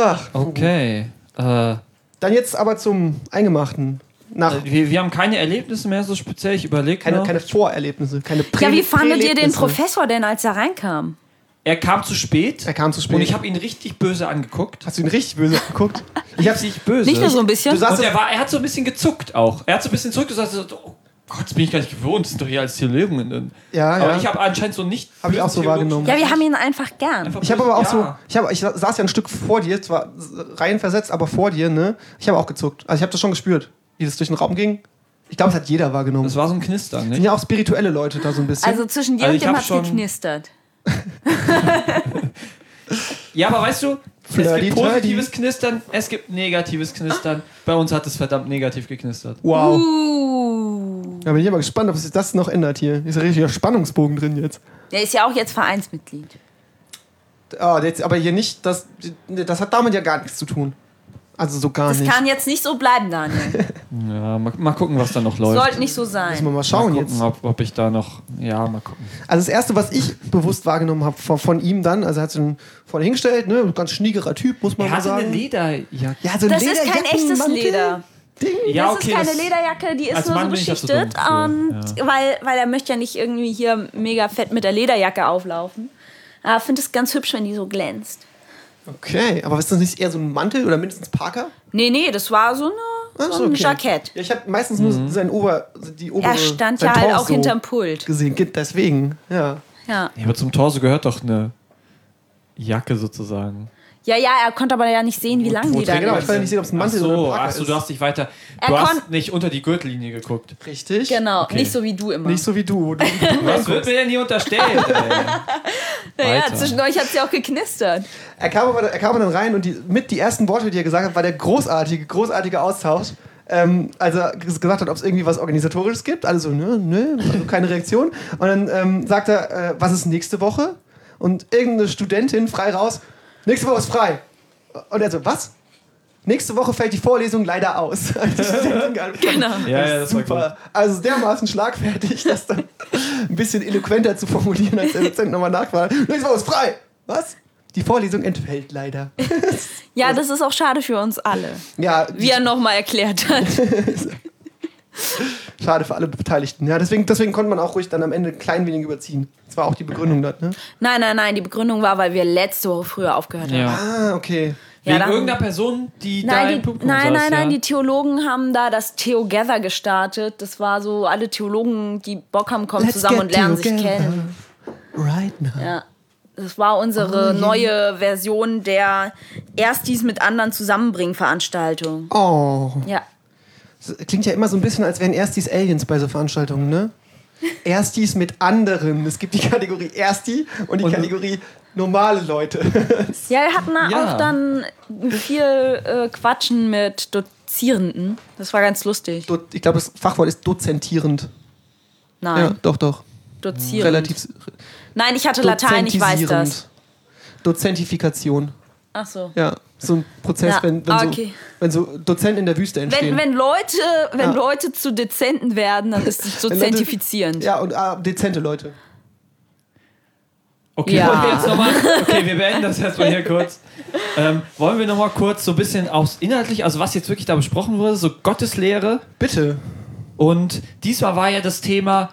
Ach.
Okay. Äh,
Dann jetzt aber zum Eingemachten. Nach
wir, wir haben keine Erlebnisse mehr so speziell. Ich überlege.
keine,
noch.
keine Vorerlebnisse, keine Prä
ja, wie fandet ihr den
Prälebnisse.
Professor denn, als er reinkam?
Er kam zu spät.
Er kam zu spät.
Und ich habe ihn richtig böse angeguckt.
Hast du ihn richtig böse geguckt?
Ich hab's nicht böse.
Nicht nur so ein bisschen.
Du sagst-
und er, war, er hat so ein bisschen gezuckt auch. Er hat so ein bisschen zurückgesagt, so, oh Gott, das bin ich gar nicht gewohnt, das sind doch hier alles Theologen.
Ja,
Aber
ja.
ich habe anscheinend so nicht.
Hab ich auch so wahrgenommen.
ja, wir haben ihn einfach gern.
Ich habe aber auch so,
Ja.
ich, hab, ich saß ja ein Stück vor dir, zwar rein versetzt, aber vor dir, ne? Ich habe auch gezuckt. Also ich habe das schon gespürt, wie das durch den Raum ging. Ich glaube, das hat jeder wahrgenommen.
Das
Das
war so ein Knistern,
sind
ne?
ja auch spirituelle Leute da so ein bisschen.
Also zwischen dir
Also ich
und dem
hab
hat's
schon-
geknistert.
Ja, aber weißt du, es
Flirty-turdy.
gibt positives Knistern, es gibt negatives Knistern. Bei uns hat es verdammt negativ geknistert.
wow.
Uh.
Da bin ich aber gespannt, ob sich das noch ändert hier. Ist ein richtiger Spannungsbogen drin jetzt.
Der ist ja auch jetzt Vereinsmitglied.
Ah, jetzt, aber hier nicht, das, das hat damit ja gar nichts zu tun. Also so gar
Das
nicht.
kann jetzt nicht so bleiben, Daniel.
Ja, mal, mal gucken, was da noch läuft.
Sollte nicht so
Müssen wir
sein.
mal schauen
mal
jetzt.
gucken, ob, ob ich da noch. Ja, mal gucken.
Also das Erste, was ich bewusst wahrgenommen habe von, von ihm dann, also er hat sich dann vorne hingestellt, ne, ganz schniegerer Typ, muss man
Er
mal
hatte eine
sagen.
Lederjacke.
ja, so ein
Das ist kein echtes
Lederjackenmantel.
Leder.
Ja,
Hm, das
okay,
ist keine
das-
Lederjacke, die ist
als
nur so
Mann bin ich da zu
beschichtet.
dumm für,
und weil, weil er möchte ja nicht irgendwie hier mega fett mit der Lederjacke auflaufen. Aber finde es ganz hübsch, wenn die so glänzt.
Okay, aber ist das nicht eher so ein Mantel oder mindestens Parker?
Nee, nee, das war so, eine,
Ach
so ein Jackett.
Ja, ich habe meistens nur sein Ober, die obere,
Er stand
sein
ja halt
Torso
auch hinterm Pult.
gesehen. Ge- Deswegen, ja.
Ja.
Ja, aber zum Torso gehört doch eine Jacke sozusagen.
ja, ja, er konnte aber ja nicht sehen, wie lang die da
Genau, ich
ist.
kann ja nicht sehen, ob es ein Mantel
ach so,
oder ein Parker
ach so,
ist.
du hast dich weiter.
Er
Du hast
kon-
nicht unter die Gürtellinie geguckt.
Richtig.
Genau,
Okay.
nicht so wie du immer.
Nicht so wie du. du
Was wird mir denn hier unterstellt?
ja,
Weiter.
zwischen euch hat es ja auch geknistert.
Er kam, aber, er kam aber dann rein und die, mit die ersten Worte, die er gesagt hat, war der großartige, großartige Austausch. Ähm, als er ges- gesagt hat, ob es irgendwie was Organisatorisches gibt. Alle so, nö, nö, also keine Reaktion. Und dann ähm, sagt er, äh, was ist nächste Woche? Und irgendeine Studentin frei raus, nächste Woche ist frei. Und er so, was? Nächste Woche fällt die Vorlesung leider aus. Die Studentin gar nicht.
Genau.
ja, ja, das war gut.
Super. Also dermaßen schlagfertig, das dann ein bisschen eloquenter zu formulieren, als der Dozent nochmal nachfragt. Nächste Woche ist frei. Was? Die Vorlesung entfällt leider.
Ja, das ist auch schade für uns alle,
Ja,
wie er nochmal erklärt hat.
schade für alle Beteiligten. Ja, deswegen, deswegen konnte man auch ruhig dann am Ende ein klein wenig überziehen. Das war auch die Begründung dann, ne?
Nein, nein, nein, die Begründung war, weil wir letzte Woche früher aufgehört haben.
Ja.
Ah, okay.
Ja,
Wegen
dann-
irgendeiner Person, die da
Nein,
im
die,
Publikum
nein,
saß.
nein, nein,
ja.
die Theologen haben da das Theogether gestartet. Das war so, alle Theologen, die Bock haben, kommen
Let's
zusammen
get
und lernen sich
together
kennen.
Right now.
Ja. Das war
Oh,
unsere neue Version der erst dies mit anderen zusammenbringen Veranstaltung.
Oh.
Ja.
Das klingt ja immer so ein bisschen, als wären Erstis Aliens bei so Veranstaltungen, ne? Erstis mit anderen. Es gibt die Kategorie Ersti und die
Und-
Kategorie normale Leute.
Ja, wir hatten da
Ja.
auch dann viel äh, Quatschen mit Dozierenden. Das war ganz lustig.
Do ich glaube, das Fachwort ist dozentierend.
Nein,
Ja, doch, doch.
dozierend.
Relativ
Nein, ich hatte Latein, ich weiß das.
Dozentifikation.
Ach so.
Ja, so ein Prozess,
Ja, Ah,
wenn, wenn,
okay.
so, wenn so Dozenten in der Wüste entstehen.
Wenn, wenn, Leute, wenn
Ja.
Leute zu Dezenten werden, dann ist es so
Ah. Wenn Leute-
zentifizierend.
Ja, und ah, dezente Leute.
Okay,
Ja.
wollen wir jetzt noch mal, okay, wir beenden das jetzt mal hier kurz. Ähm, wollen wir nochmal kurz so ein bisschen aufs Inhaltliche, also was jetzt wirklich da besprochen wurde, so Gotteslehre.
Bitte,
Und diesmal war ja das Thema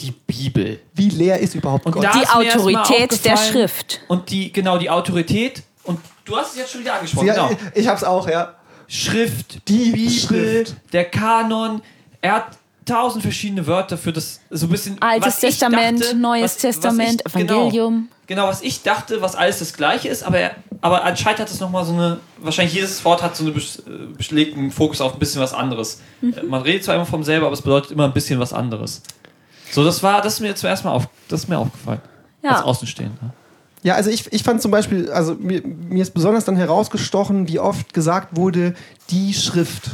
die Bibel.
wie leer ist überhaupt
Und
oh Gott?
da
Die
ist mir erst mal
Autorität der
aufgefallen-
Schrift.
Und die, genau, die Autorität. Und du hast es jetzt schon wieder angesprochen,
ja,
genau.
Ich hab's auch, ja.
Schrift,
Die
Bibel,
Schrift.
der Kanon. Er hat tausend verschiedene Wörter für das, so ein bisschen.
Altes
was ich
Testament,
dachte,
Neues
was- was
Testament,
ich,
Evangelium.
Genau, genau, was ich dachte, was alles das Gleiche ist, aber, er- aber anscheinend hat es nochmal so eine. Wahrscheinlich jedes Wort hat so einen bes- äh, beschlägten Fokus auf ein bisschen was anderes.
Mhm.
Äh, Man redet zwar immer vom selber, aber es bedeutet immer ein bisschen was anderes. So, das war, das ist mir zum ersten Mal auf, das ist mir aufgefallen.
Ja.
Als Außenstehender.
Ja, also ich, ich fand zum Beispiel, also mir, mir ist besonders dann herausgestochen, wie oft gesagt wurde, die Schrift.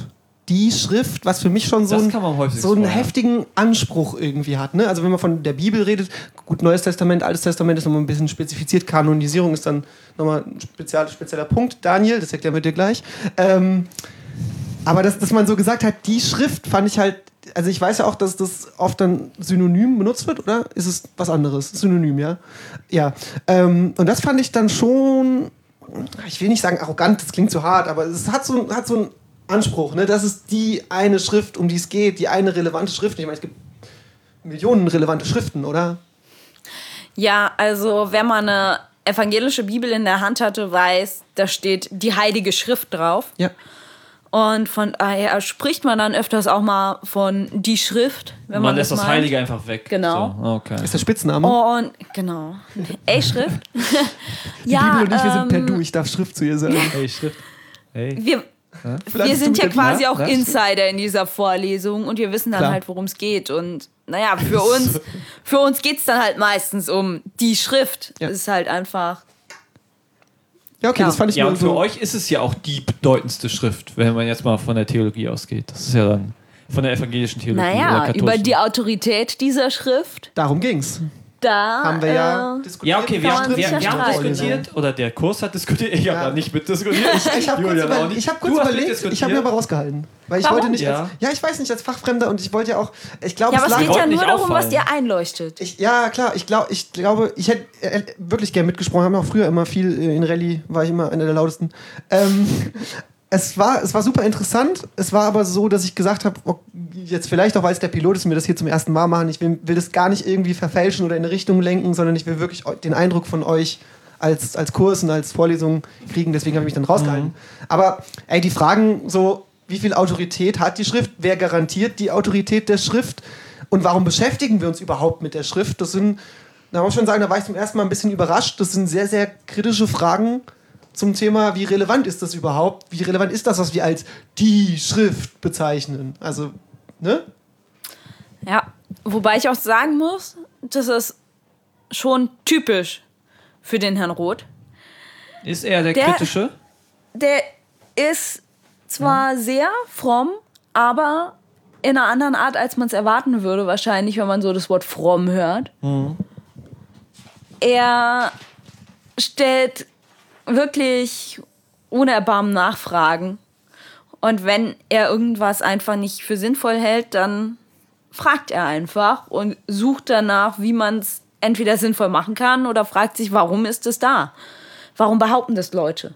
Die Schrift, was für mich schon so,
Das
ein,
kann man am häufigsten
so einen
vorher.
heftigen Anspruch irgendwie hat. Ne? Also wenn man von der Bibel redet, gut, Neues Testament, Altes Testament ist nochmal ein bisschen spezifiziert, Kanonisierung ist dann nochmal ein spezial, spezieller Punkt. Daniel, das erklären wir dir gleich. Ähm, aber dass, dass man so gesagt hat, die Schrift fand ich halt, also ich weiß ja auch, dass das oft dann synonym benutzt wird, oder? Ist es was anderes? Synonym, ja. Ja. Ähm, und das fand ich dann schon, ich will nicht sagen arrogant, das klingt zu hart, aber es hat so, hat so einen Anspruch, ne? Das ist die eine Schrift, um die es geht, die eine relevante Schrift. Ich meine, es gibt Millionen relevante Schriften, oder?
Ja, also wenn man eine evangelische Bibel in der Hand hatte, weiß, da steht die Heilige Schrift drauf.
Ja.
Und von daher spricht man dann öfters auch mal von die Schrift, wenn
Man,
man,
lässt
das
das
meint.
Heilige einfach weg.
Genau.
So, okay.
Ist der Spitzname?
Und genau. Ey, Schrift.
die
ja,
Bibel und ich, wir sind per
ähm,
Du, ich darf Schrift zu ihr sagen.
Hey, Schrift. Hey.
wir,
Vielleicht
wir
bist du
sind
mit
ja
der-
quasi
Ja,
auch
ja.
Insider in dieser Vorlesung und wir wissen dann
Klar.
halt, worum es geht. Und naja, für uns, für uns geht es dann halt meistens um die Schrift.
Ja.
Das ist halt einfach.
Ja, okay,
Ja.
das fand ich
Ja,
mal
und für
so.
euch ist es ja auch die bedeutendste Schrift, wenn man jetzt mal von der Theologie ausgeht. Das ist ja dann von der evangelischen Theologie. oder
Naja,
katholischen.
über die Autorität dieser Schrift,
Darum ging's.
da.
Haben wir ja
äh,
diskutiert.
Ja, okay, wir
Kann
haben,
man
wir,
sicher
wir haben
streiten.
diskutiert, oder der Kurs hat diskutiert, ich habe
Ja.
da nicht mitdiskutiert.
Ich habe kurz,
Julian auch
über,
nicht.
ich hab
Du
kurz
hast
überlegt,
mitdiskutiert.
ich habe mir aber rausgehalten. Weil ich
Warum?
wollte nicht.
Ja.
Als, ja, ich weiß nicht, als Fachfremder und ich wollte ja auch. Ich glaube,
Ja, aber
es
es
lag.
geht ja
wollten
nur
nicht
darum, was
auffallen.
dir einleuchtet.
Ich, ja, klar, ich, glaub, ich glaube, ich hätte äh, wirklich gern mitgesprochen, haben auch früher immer viel äh, in Rallye, war ich immer einer der lautesten. Ähm, es, war, es war super interessant, es war aber so, dass ich gesagt habe, ok, jetzt vielleicht auch, weil es der Pilot ist, und wir das hier zum ersten Mal machen, ich will, will das gar nicht irgendwie verfälschen oder in eine Richtung lenken, sondern ich will wirklich eu- den Eindruck von euch als, als Kurs und als Vorlesung kriegen, deswegen habe ich mich dann rausgehalten. Aber ey, die Fragen so, wie viel Autorität hat die Schrift, wer garantiert die Autorität der Schrift und warum beschäftigen wir uns überhaupt mit der Schrift, das sind, da muss ich schon sagen, da war ich zum ersten Mal ein bisschen überrascht, das sind sehr, sehr kritische Fragen zum Thema, wie relevant ist das überhaupt, wie relevant ist das, was wir als die Schrift bezeichnen, also, ne?
Ja, wobei ich auch sagen muss, das ist schon typisch für den Herrn Roth.
Ist er der,
Der-
kritische?
Der ist zwar sehr fromm, aber in einer anderen Art, als man es erwarten würde, wahrscheinlich, wenn man so das Wort fromm hört. Er stellt wirklich ohne Erbarmen Nachfragen. Und wenn er irgendwas einfach nicht für sinnvoll hält, dann fragt er einfach und sucht danach, wie man es entweder sinnvoll machen kann oder fragt sich, warum ist es da? Warum behaupten das Leute?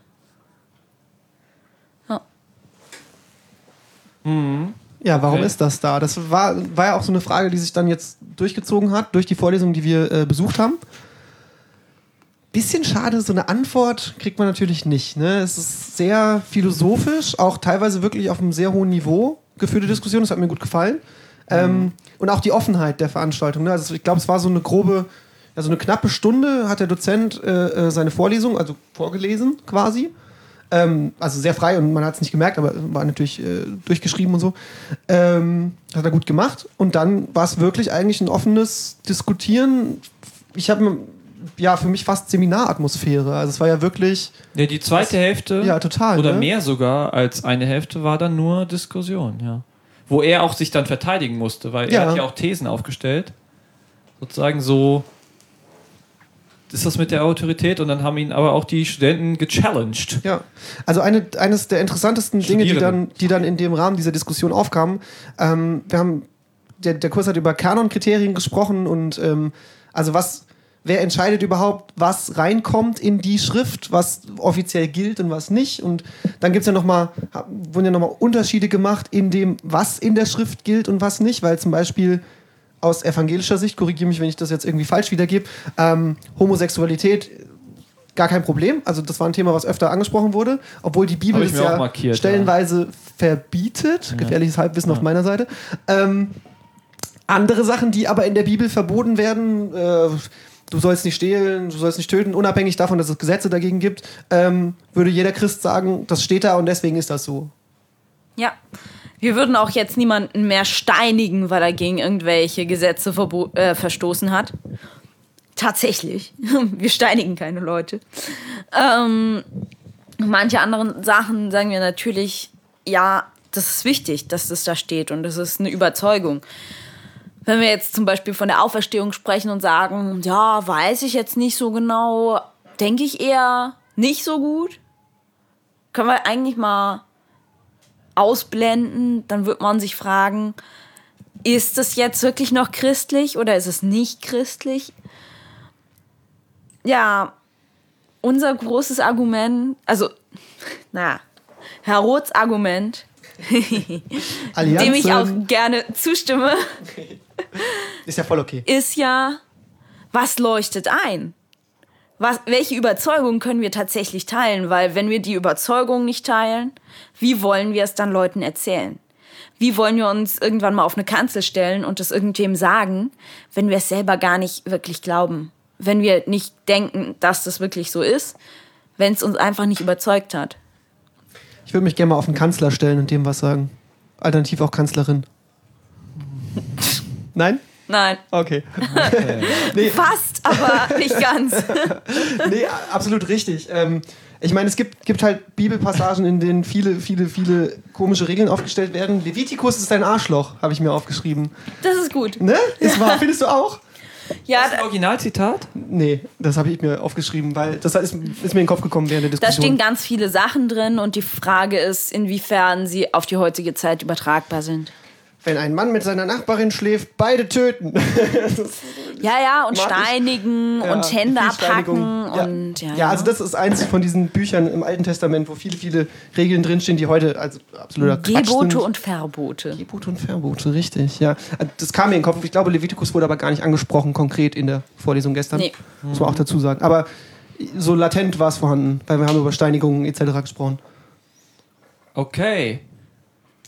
Ja, warum
Okay.
ist das da? Das war, war ja auch so eine Frage, die sich dann jetzt durchgezogen hat, durch die Vorlesung, die wir äh, besucht haben. Bisschen schade, so eine Antwort kriegt man natürlich nicht. Ne? Es ist sehr philosophisch, auch teilweise wirklich auf einem sehr hohen Niveau geführte Diskussion. Das hat mir gut gefallen. Ähm, und auch die Offenheit der Veranstaltung. Ne? Also ich glaube, es war so eine grobe, also eine knappe Stunde hat der Dozent äh, äh, seine Vorlesung, also vorgelesen quasi. Ähm, also sehr frei und man hat es nicht gemerkt, aber war natürlich äh, durchgeschrieben und so. Ähm, hat er gut gemacht. Und dann war es wirklich eigentlich ein offenes Diskutieren. Ich habe ja für mich fast Seminaratmosphäre. Also es war ja wirklich
Ja, die zweite Hälfte
ja total.
oder
ne?
mehr sogar als eine Hälfte war dann nur Diskussion, ja. Wo er auch sich dann verteidigen musste, weil
Ja.
er hat ja auch Thesen aufgestellt. Sozusagen so ist das mit der Autorität? Und dann haben ihn aber auch die Studenten gechallenged.
Ja, also eine, eines der interessantesten Dinge, die
Studierende.
dann, die dann in dem Rahmen dieser Diskussion aufkamen, ähm, wir haben, der, der Kurs hat über Kanonkriterien gesprochen und ähm, also was, wer entscheidet überhaupt, was reinkommt in die Schrift, was offiziell gilt und was nicht und dann gibt's ja nochmal, wurden ja nochmal Unterschiede gemacht in dem, was in der Schrift gilt und was nicht, weil zum Beispiel aus evangelischer Sicht, korrigiere mich, wenn ich das jetzt irgendwie falsch wiedergebe, ähm, Homosexualität äh, gar kein Problem. Also das war ein Thema, was öfter angesprochen wurde, obwohl die Bibel
Hab ich
es
mir auch
ja
markiert,
stellenweise verbietet. Gefährliches Halbwissen auf meiner Seite. Ähm, andere Sachen, die aber in der Bibel verboten werden, äh, du sollst nicht stehlen, du sollst nicht töten, unabhängig davon, dass es Gesetze dagegen gibt, ähm, würde jeder Christ sagen, das steht da und deswegen ist das so.
Ja. Wir würden auch jetzt niemanden mehr steinigen, weil er gegen irgendwelche Gesetze verbo- äh, verstoßen hat. Tatsächlich. Wir steinigen keine Leute. Ähm, manche anderen Sachen sagen wir natürlich, ja, das ist wichtig, dass das da steht und das ist eine Überzeugung. Wenn wir jetzt zum Beispiel von der Auferstehung sprechen und sagen, ja, weiß ich jetzt nicht so genau, denke ich eher nicht so gut, können wir eigentlich mal ausblenden, dann wird man sich fragen, ist es jetzt wirklich noch christlich oder ist es nicht christlich? Ja, unser großes Argument, also, naja, Herr Roths Argument, dem ich auch
Allianzen
gerne zustimme,
ist ja voll okay.
ist ja, was leuchtet ein? Was, welche Überzeugung können wir tatsächlich teilen? Weil wenn wir die Überzeugung nicht teilen, wie wollen wir es dann Leuten erzählen? Wie wollen wir uns irgendwann mal auf eine Kanzel stellen und es irgendwem sagen, wenn wir es selber gar nicht wirklich glauben? Wenn wir nicht denken, dass das wirklich so ist, wenn es uns einfach nicht überzeugt hat.
Ich würde mich gerne mal auf den Kanzler stellen und dem was sagen. Alternativ auch Kanzlerin. Nein?
Nein,
Okay.
fast, aber nicht ganz.
nee, absolut richtig. Ähm, ich meine, es gibt, gibt halt Bibelpassagen, in denen viele, viele, viele komische Regeln aufgestellt werden. Levitikus ist ein Arschloch, habe ich mir aufgeschrieben.
Das ist gut.
Ne? Ist wahr, findest du auch?
Ja,
Das ist ein Originalzitat?
Nee, das habe ich mir aufgeschrieben, weil das ist, ist mir in den Kopf gekommen während der
Da
Diskussion.
stehen ganz viele Sachen drin und die Frage ist, inwiefern sie auf die heutige Zeit übertragbar sind.
Wenn ein Mann mit seiner Nachbarin schläft, beide töten.
Ja, ja,
Mag
und
ich.
steinigen und
Ja,
Hände
viel Steinigung.
abhacken und ja. genau.
ja. also das ist eins von diesen Büchern im Alten Testament, wo viele, viele Regeln drinstehen, die heute als absoluter Quatsch sind.
Gebote und Verbote.
Gebote und Verbote, richtig, ja. Das kam mir in den Kopf. Ich glaube, Levitikus wurde aber gar nicht angesprochen, konkret in der Vorlesung gestern.
Nee.
Muss man auch dazu sagen. Aber so latent war es vorhanden, weil wir haben über Steinigungen etc. gesprochen.
Okay.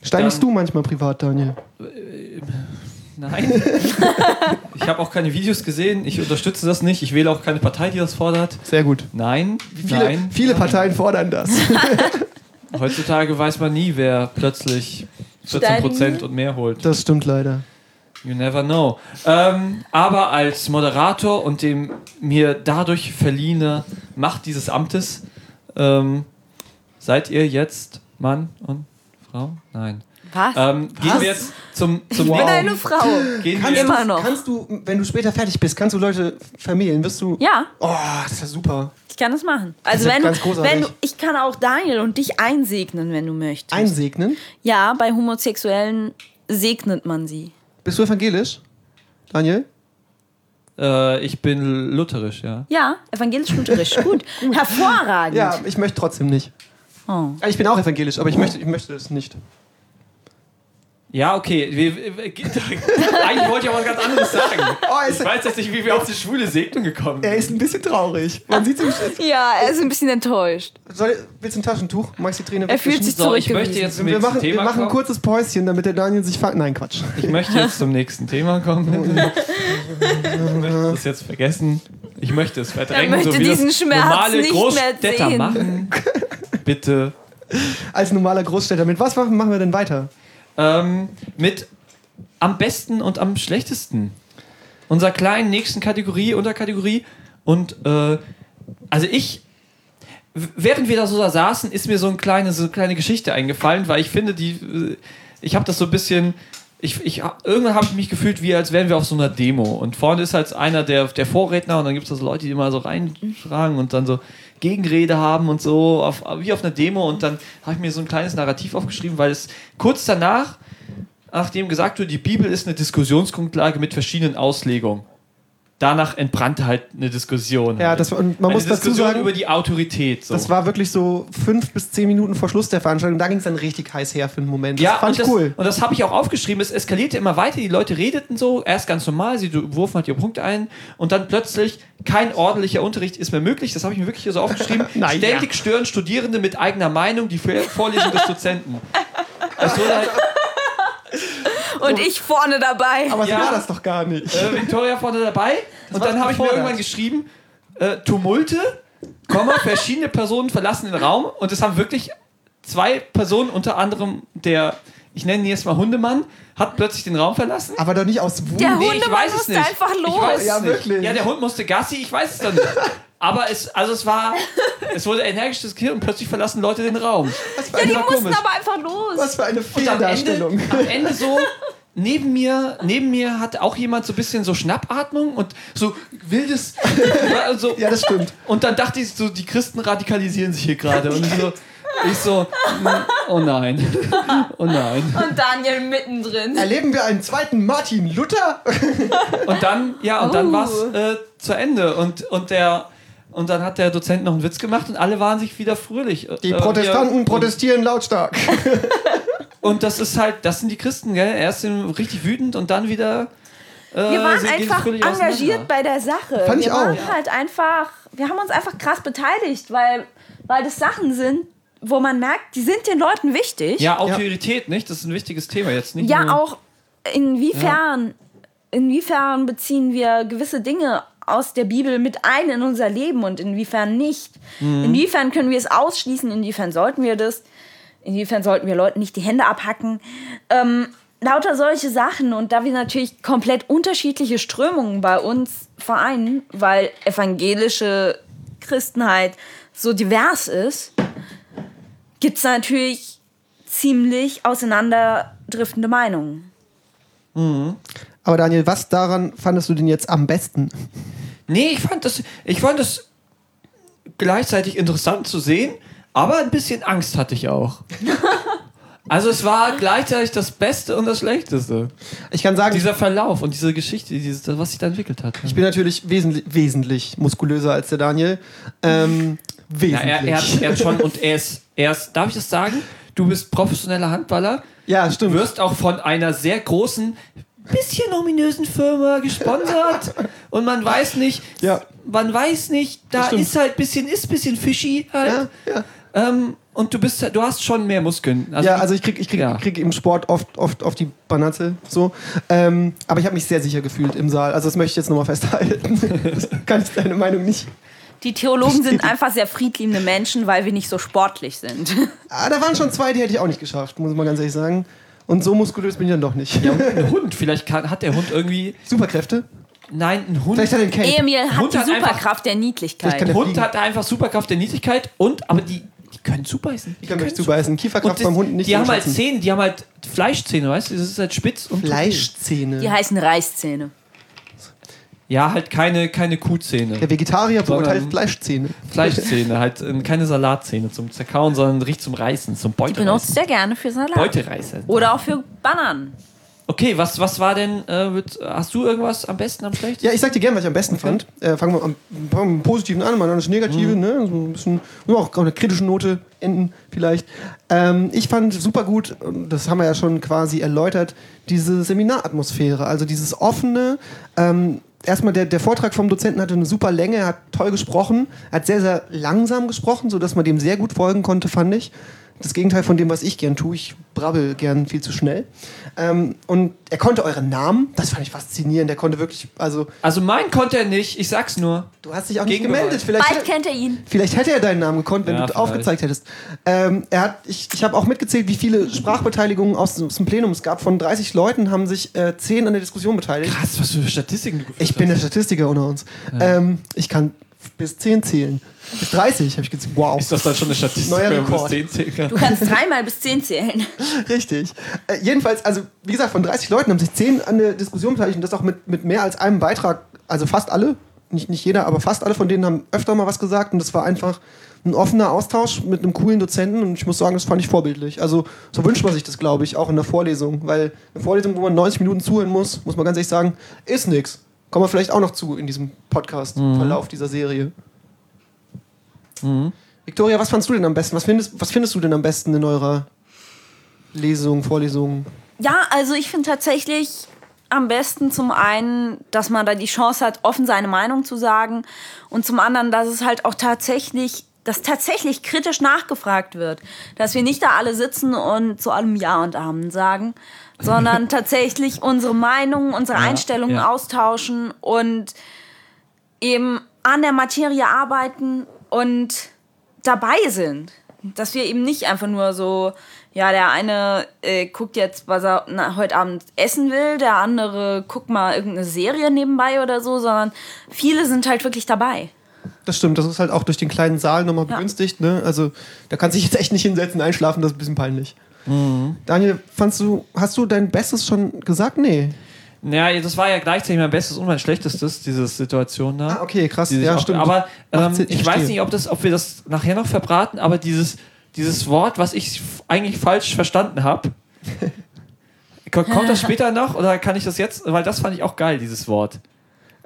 Steinigst
Dann-
du manchmal privat, Daniel?
Äh, Nein. ich habe auch keine Videos gesehen. Ich unterstütze das nicht. Ich wähle auch keine Partei, die das fordert.
Sehr gut.
Nein.
Viele,
nein.
viele Parteien fordern das.
Heutzutage weiß man nie, wer plötzlich 14%
Steinigen.
und mehr holt.
Das stimmt leider.
You never know. Ähm, aber als Moderator und dem mir dadurch verliehene Macht dieses Amtes ähm, seid ihr jetzt Mann und Frau? Nein.
Was?
Ähm, gehen
Was?
wir jetzt zum, zum
ich bin eine Frau.
Gehen wir
Immer noch.
Kannst du, wenn du später fertig bist, kannst du Leute vermählen? Wirst du.
Ja,
Oh, das ist ja super.
ich kann das machen. Also
ist
wenn,
ganz
du, wenn du,
großartig.
ich kann auch Daniel und dich einsegnen, wenn du möchtest.
Einsegnen.
ja, bei Homosexuellen segnet man sie.
Bist du evangelisch? Daniel?
äh, ich bin lutherisch, ja.
Ja, evangelisch-lutherisch. Gut. Hervorragend.
Ja, ich möchte trotzdem nicht.
Oh.
Ich bin auch evangelisch, aber ich möchte, ich möchte es nicht.
Ja, okay. Wir, wir, eigentlich wollte ich aber was ganz anderes sagen.
Oh, es-
ich weiß jetzt nicht, wie wir auf die schwule Segnung gekommen
Er
sind.
ist ein bisschen traurig. Man sieht ihm.
Ja, er ist ein bisschen enttäuscht.
Soll, willst du ein Taschentuch? Magst du die Träne
Er fühlt
wegwischen?
sich
So, ich möchte
zurückgewiesen.
jetzt zum
Wir
nächsten
machen, wir
Thema
machen ein
kommen.
kurzes Päuschen, damit der Daniel sich fangt. Nein, Quatsch.
Ich möchte jetzt zum nächsten Thema
Oh,
kommen. Ich möchte es jetzt vergessen. Ich möchte es verdrängen,
Er möchte
so wie
diesen
das
Schmerz
normale
nicht mehr
Großstädter
sehen.
machen. Bitte.
Als normaler Großstädter. Mit was machen, machen wir denn weiter?
Ähm, mit am besten und am schlechtesten. Unserer kleinen nächsten Kategorie, Unterkategorie. Und äh, also ich, w- während wir da so da saßen, ist mir so, ein kleine, so eine kleine Geschichte eingefallen, weil ich finde, die, äh, ich habe das so ein bisschen ich, ich, irgendwann habe ich mich gefühlt, wie als wären wir auf so einer Demo. Und vorne ist halt einer der, der Vorredner und dann gibt es also Leute, die immer so reinschlagen und dann so Gegenrede haben und so, auf, wie auf einer Demo. Und dann habe ich mir so ein kleines Narrativ aufgeschrieben, weil es kurz danach, nachdem gesagt wurde, die Bibel ist eine Diskussionsgrundlage mit verschiedenen Auslegungen. Danach entbrannte halt eine Diskussion.
Ja,
halt.
das, und man
eine
muss dazu
Diskussion
sagen,
über die Autorität. So.
das war wirklich so fünf bis zehn Minuten vor Schluss der Veranstaltung. Da ging es dann richtig heiß her für einen Moment. Das
ja,
fand
und
ich
das,
cool.
Und das habe ich auch aufgeschrieben. Es eskalierte immer weiter. Die Leute redeten so, erst ganz normal, sie wurfen halt ihre Punkte ein und dann plötzlich kein ordentlicher Unterricht ist mehr möglich. Das habe ich mir wirklich hier so aufgeschrieben.
Na ja.
Ständig stören Studierende mit eigener Meinung die Vor- Vorlesung des Dozenten. Es wurde halt,
Und ich vorne dabei.
Oh. Aber
Ja.
so war das doch gar nicht.
äh, Victoria vorne dabei und
war
dann
doch
habe ich mir
gefordert.
irgendwann geschrieben, äh, Tumulte, Komma, verschiedene Personen verlassen den Raum und es haben wirklich zwei Personen, unter anderem der, ich nenne ihn jetzt mal Hundemann, hat plötzlich den Raum verlassen.
Aber doch nicht aus Wut.
Der
Nee, ich
Hundemann
weiß es
musste
nicht.
einfach los.
Ich weiß es
Ja,
nicht.
wirklich.
Ja, der Hund musste Gassi, ich weiß es dann nicht. Aber es, also es war, es wurde energisch diskutiert und plötzlich verlassen Leute den Raum.
Was für
ja,
eine,
die
war
mussten
komisch.
aber einfach los.
was für eine
Und am Ende,
Fehldarstellung.
am Ende so, neben mir, neben mir hat auch jemand so ein bisschen so Schnappatmung und so wildes, so,
Ja, das stimmt.
und dann dachte ich so, die Christen radikalisieren sich hier gerade und ich so, ich so, mm, oh nein, oh nein.
Und Daniel mittendrin.
Erleben wir einen zweiten Martin Luther?
Und dann, ja, und dann
Oh.
war's
Uh.
äh, zu Ende. Und, und, der, und dann hat der Dozent noch einen Witz gemacht und alle waren sich wieder fröhlich.
Die
Äh,
Protestanten
wir-
protestieren lautstark.
Und das ist halt, das sind die Christen, gell? Erst sind richtig wütend und dann wieder. äh,
Wir waren
sie gehen
einfach
fröhlich auseinander.
engagiert bei der Sache.
Fand ich
wir waren
auch.
halt einfach, wir haben uns einfach krass beteiligt, weil, weil das Sachen sind, wo man merkt, die sind den Leuten wichtig.
Ja, Autorität, nicht? Das ist ein wichtiges Thema jetzt nicht.
Ja,
nur,
auch inwiefern, inwiefern beziehen wir gewisse Dinge aus der Bibel mit ein in unser Leben und inwiefern nicht.
Mhm.
Inwiefern können wir es ausschließen, inwiefern sollten wir das, inwiefern sollten wir Leuten nicht die Hände abhacken. Ähm, lauter solche Sachen und da wir natürlich komplett unterschiedliche Strömungen bei uns vereinen, weil evangelische Christenheit so divers ist, gibt es natürlich ziemlich auseinanderdriftende Meinungen.
Aber Daniel, was daran fandest du denn jetzt am besten?
Nee, ich fand das, ich fand das gleichzeitig interessant zu sehen, aber ein bisschen Angst hatte ich auch. Also es war gleichzeitig das Beste und das Schlechteste.
Ich kann sagen,
Dieser Verlauf und diese Geschichte, dieses, das, was sich da entwickelt hat.
ich bin natürlich wesentlich, wesentlich muskulöser als der Daniel. Ähm,
ja,
wesentlich.
er, er, hat, er hat schon und er ist, er ist, darf ich das sagen? Du bist professioneller Handballer,
ja, stimmt.
wirst auch von einer sehr großen, bisschen ominösen Firma gesponsert und man weiß nicht,
Ja.
man weiß nicht,
Das
da
stimmt.
ist halt bisschen, ist bisschen fishy
ja,
halt.
ja.
Ähm, und du bist, du hast schon mehr Muskeln.
ja, also ich krieg, ich krieg,
Ja.
krieg im Sport oft, oft auf die Banatze so. Ähm, aber ich habe mich sehr sicher gefühlt im Saal. Also das möchte ich jetzt nochmal festhalten. das kann ich deine Meinung nicht.
Die Theologen sind einfach sehr friedliebende Menschen, weil wir nicht so sportlich sind.
Ah, da waren schon zwei, die hätte ich auch nicht geschafft, muss man ganz ehrlich sagen. Und so muskulös bin ich dann doch nicht.
ein Hund, vielleicht kann, hat der Hund irgendwie,
Superkräfte?
nein, ein Hund.
Vielleicht hat er den Cape.
Emil hat
Hund
die
hat einfach-
Superkraft
Vielleicht
der
kann
Niedlichkeit.
Der Hund
fliegen.
hat einfach Superkraft der Niedlichkeit und, aber die, die können zubeißen.
Ich kann mich zubeißen. Kieferkraft
Und das,
beim Hund nicht
die haben halt
unterschätzen.
Zähne, die haben halt Fleischzähne, weißt du? Das ist halt spitz und.
Fleischzähne.
Die heißen Reißzähne.
Ja, halt keine, keine Kuhzähne.
Der Vegetarier beurteilt
Sondern-
Fleischzähne.
Fleischzähne, halt ähm, keine Salatzähne zum Zerkauen, sondern richtig zum Reißen, zum
Die benutzt
Beutereißen.
er gerne für Salat.
Beutereißen.
Oder auch für Bananen.
Okay, was, was war denn, äh, mit, hast du irgendwas am besten, am schlechtesten?
Ja, ich sag dir gerne, was ich am besten fand. Äh, fangen wir am, fangen wir mit dem Positiven an, mal an das Negative, ne? So ein bisschen, nur auch auf einer kritischen Note enden vielleicht. Ähm, ich fand super gut, und das haben wir ja schon quasi erläutert, diese Seminaratmosphäre, also dieses offene, ähm, Erstmal, der, der Vortrag vom Dozenten hatte eine super Länge, er hat toll gesprochen, er hat sehr, sehr langsam gesprochen, sodass man dem sehr gut folgen konnte, fand ich. Das Gegenteil von dem, was ich gern tue. Ich brabbel gern viel zu schnell. Ähm, und er konnte euren Namen, das fand ich faszinierend. Er konnte wirklich, also
Also mein konnte er nicht, ich sag's nur.
Du hast dich auch nicht
Gegenbeweis.
gemeldet. Vielleicht,
Bald
hätte-
kennt er ihn.
vielleicht hätte er deinen Namen gekonnt, wenn
Ja,
du
vielleicht.
aufgezeigt hättest. Ähm, er hat, ich ich habe auch mitgezählt, wie viele Sprachbeteiligungen aus, aus dem Plenum es gab. Von 30 Leuten haben sich äh, 10 an der Diskussion beteiligt.
Krass, was für Statistiken du geführt
Ich bin der Statistiker unter uns. Ähm, ich kann bis 10 zählen. Bis 30 habe ich gesagt, wow.
Ist das dann schon eine Statistik?
Neuer
wenn man
Rekord.
bis 10 zählen kann?
Du kannst dreimal bis zehn zählen.
Richtig. Äh, jedenfalls, also wie gesagt, von 30 Leuten haben sich 10 an der Diskussion beteiligt und das auch mit, mit mehr als einem Beitrag. Also fast alle, nicht, nicht jeder, aber fast alle von denen haben öfter mal was gesagt und das war einfach ein offener Austausch mit einem coolen Dozenten und ich muss sagen, das fand ich vorbildlich. Also so wünscht man sich das, glaube ich, auch in der Vorlesung, weil eine Vorlesung, wo man 90 Minuten zuhören muss, muss man ganz ehrlich sagen, ist nix. Kommen wir vielleicht auch noch zu in diesem Podcast, Verlauf dieser Serie. Victoria, was fandst du denn am besten? Was findest, was findest du denn am besten in eurer Lesung, Vorlesung?
Ja, also ich finde tatsächlich am besten zum einen, dass man da die Chance hat, offen seine Meinung zu sagen und zum anderen, dass es halt auch tatsächlich, dass tatsächlich kritisch nachgefragt wird, dass wir nicht da alle sitzen und zu allem Ja und Amen sagen, sondern tatsächlich unsere Meinungen, unsere
Ja,
Einstellungen
ja.
austauschen und eben an der Materie arbeiten und dabei sind. Dass wir eben nicht einfach nur so, ja, der eine äh, guckt jetzt, was er na, heute Abend essen will, der andere guckt mal irgendeine Serie nebenbei oder so, sondern viele sind halt wirklich dabei.
Das stimmt, das ist halt auch durch den kleinen Saal nochmal
Ja.
begünstigt. Ne? Also da kannst du dich jetzt echt nicht hinsetzen, einschlafen, das ist ein bisschen peinlich.
Mhm.
Daniel, fandst du, hast du dein Bestes schon gesagt? Nee.
Naja, das war ja gleichzeitig mein Bestes und mein Schlechtestes, diese Situation da.
Ah, okay, krass.
Die sich
Ja,
auch-
stimmt.
Aber ähm,
18,
ich
verstehe.
weiß nicht, ob, das, ob wir das nachher noch verbraten, aber dieses, dieses Wort, was ich f- eigentlich falsch verstanden habe, ko- kommt das später noch oder kann ich das jetzt? Weil das fand ich auch geil, dieses Wort.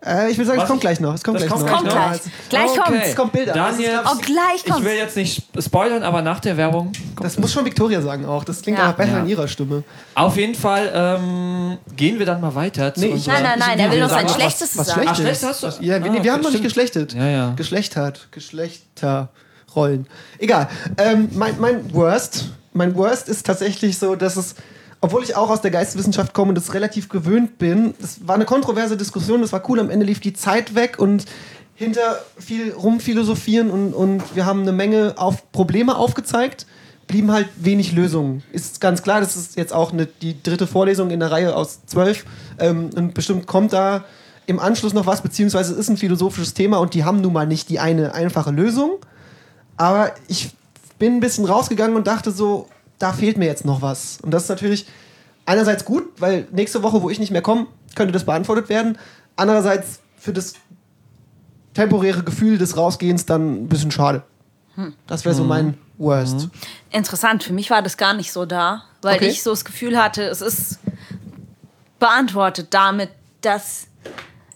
Äh, ich will sagen, es
Was
kommt
ich-
gleich noch. Es kommt
das
gleich
kommt gleich
noch.
Kommt
noch.
gleich. Gleich kommt's.
Es kommt Bilder.
Daniel,
Das
Oh, gleich
ich
kommt's.
will jetzt nicht spoilern, aber nach der Werbung kommt
Das muss schon Victoria sagen auch. Das klingt
Ja.
aber besser
Ja.
in ihrer Stimme.
Auf jeden Fall ähm, gehen wir dann mal weiter zu
Nee, ich-
unserer.
Nein, nein, nein, er
will
will
uns
uns
ein
ein
Was-
schlechtes
Schlechtes
Was
sagen.
schlechtes.
schlecht hast du?
Was- Ja, wir,
Ah,
wir haben noch nicht
stimmt.
geschlechtet.
Ja, ja.
Geschlechtert. Geschlechterrollen. Egal. Ähm, mein, mein Worst, mein Worst ist tatsächlich so, dass es, obwohl ich auch aus der Geisteswissenschaft komme und es relativ gewöhnt bin, es war eine kontroverse Diskussion, das war cool, am Ende lief die Zeit weg und hinter viel rumphilosophieren und, und wir haben eine Menge auf Probleme aufgezeigt, blieben halt wenig Lösungen. Ist ganz klar, das ist jetzt auch eine, die dritte Vorlesung in der Reihe aus zwölf ähm, und bestimmt kommt da im Anschluss noch was, beziehungsweise es ist ein philosophisches Thema und die haben nun mal nicht die eine einfache Lösung. Aber ich bin ein bisschen rausgegangen und dachte so, da fehlt mir jetzt noch was. Und das ist natürlich einerseits gut, weil nächste Woche, wo ich nicht mehr komme, könnte das beantwortet werden. Andererseits für das temporäre Gefühl des Rausgehens dann ein bisschen schade. Das wäre so mein Worst.
Interessant, für mich war das gar nicht so da, weil
Okay.
ich so das Gefühl hatte, es ist beantwortet damit, dass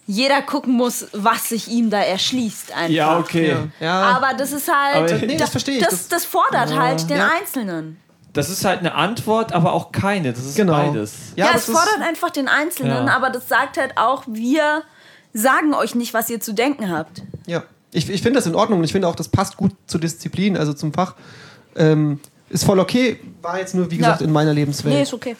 jeder gucken muss, was sich ihm da erschließt einfach.
Ja, okay.
Ja.
Aber das ist halt,
Aber- Nee,
das verstehe ich. Das-
Das, das fordert halt den
Ja.
Einzelnen.
Das ist halt eine Antwort, aber auch keine. Das ist
Genau.
beides.
Ja,
aber
es
es ist-
fordert einfach den Einzelnen,
Ja.
aber das sagt halt auch, wir sagen euch nicht, was ihr zu denken habt.
Ja, ich, ich finde das in Ordnung und ich finde auch, das passt gut zur Disziplin, also zum Fach. Ähm, ist voll okay, war jetzt nur, wie gesagt, in meiner Lebenswelt.
Nee, ist okay.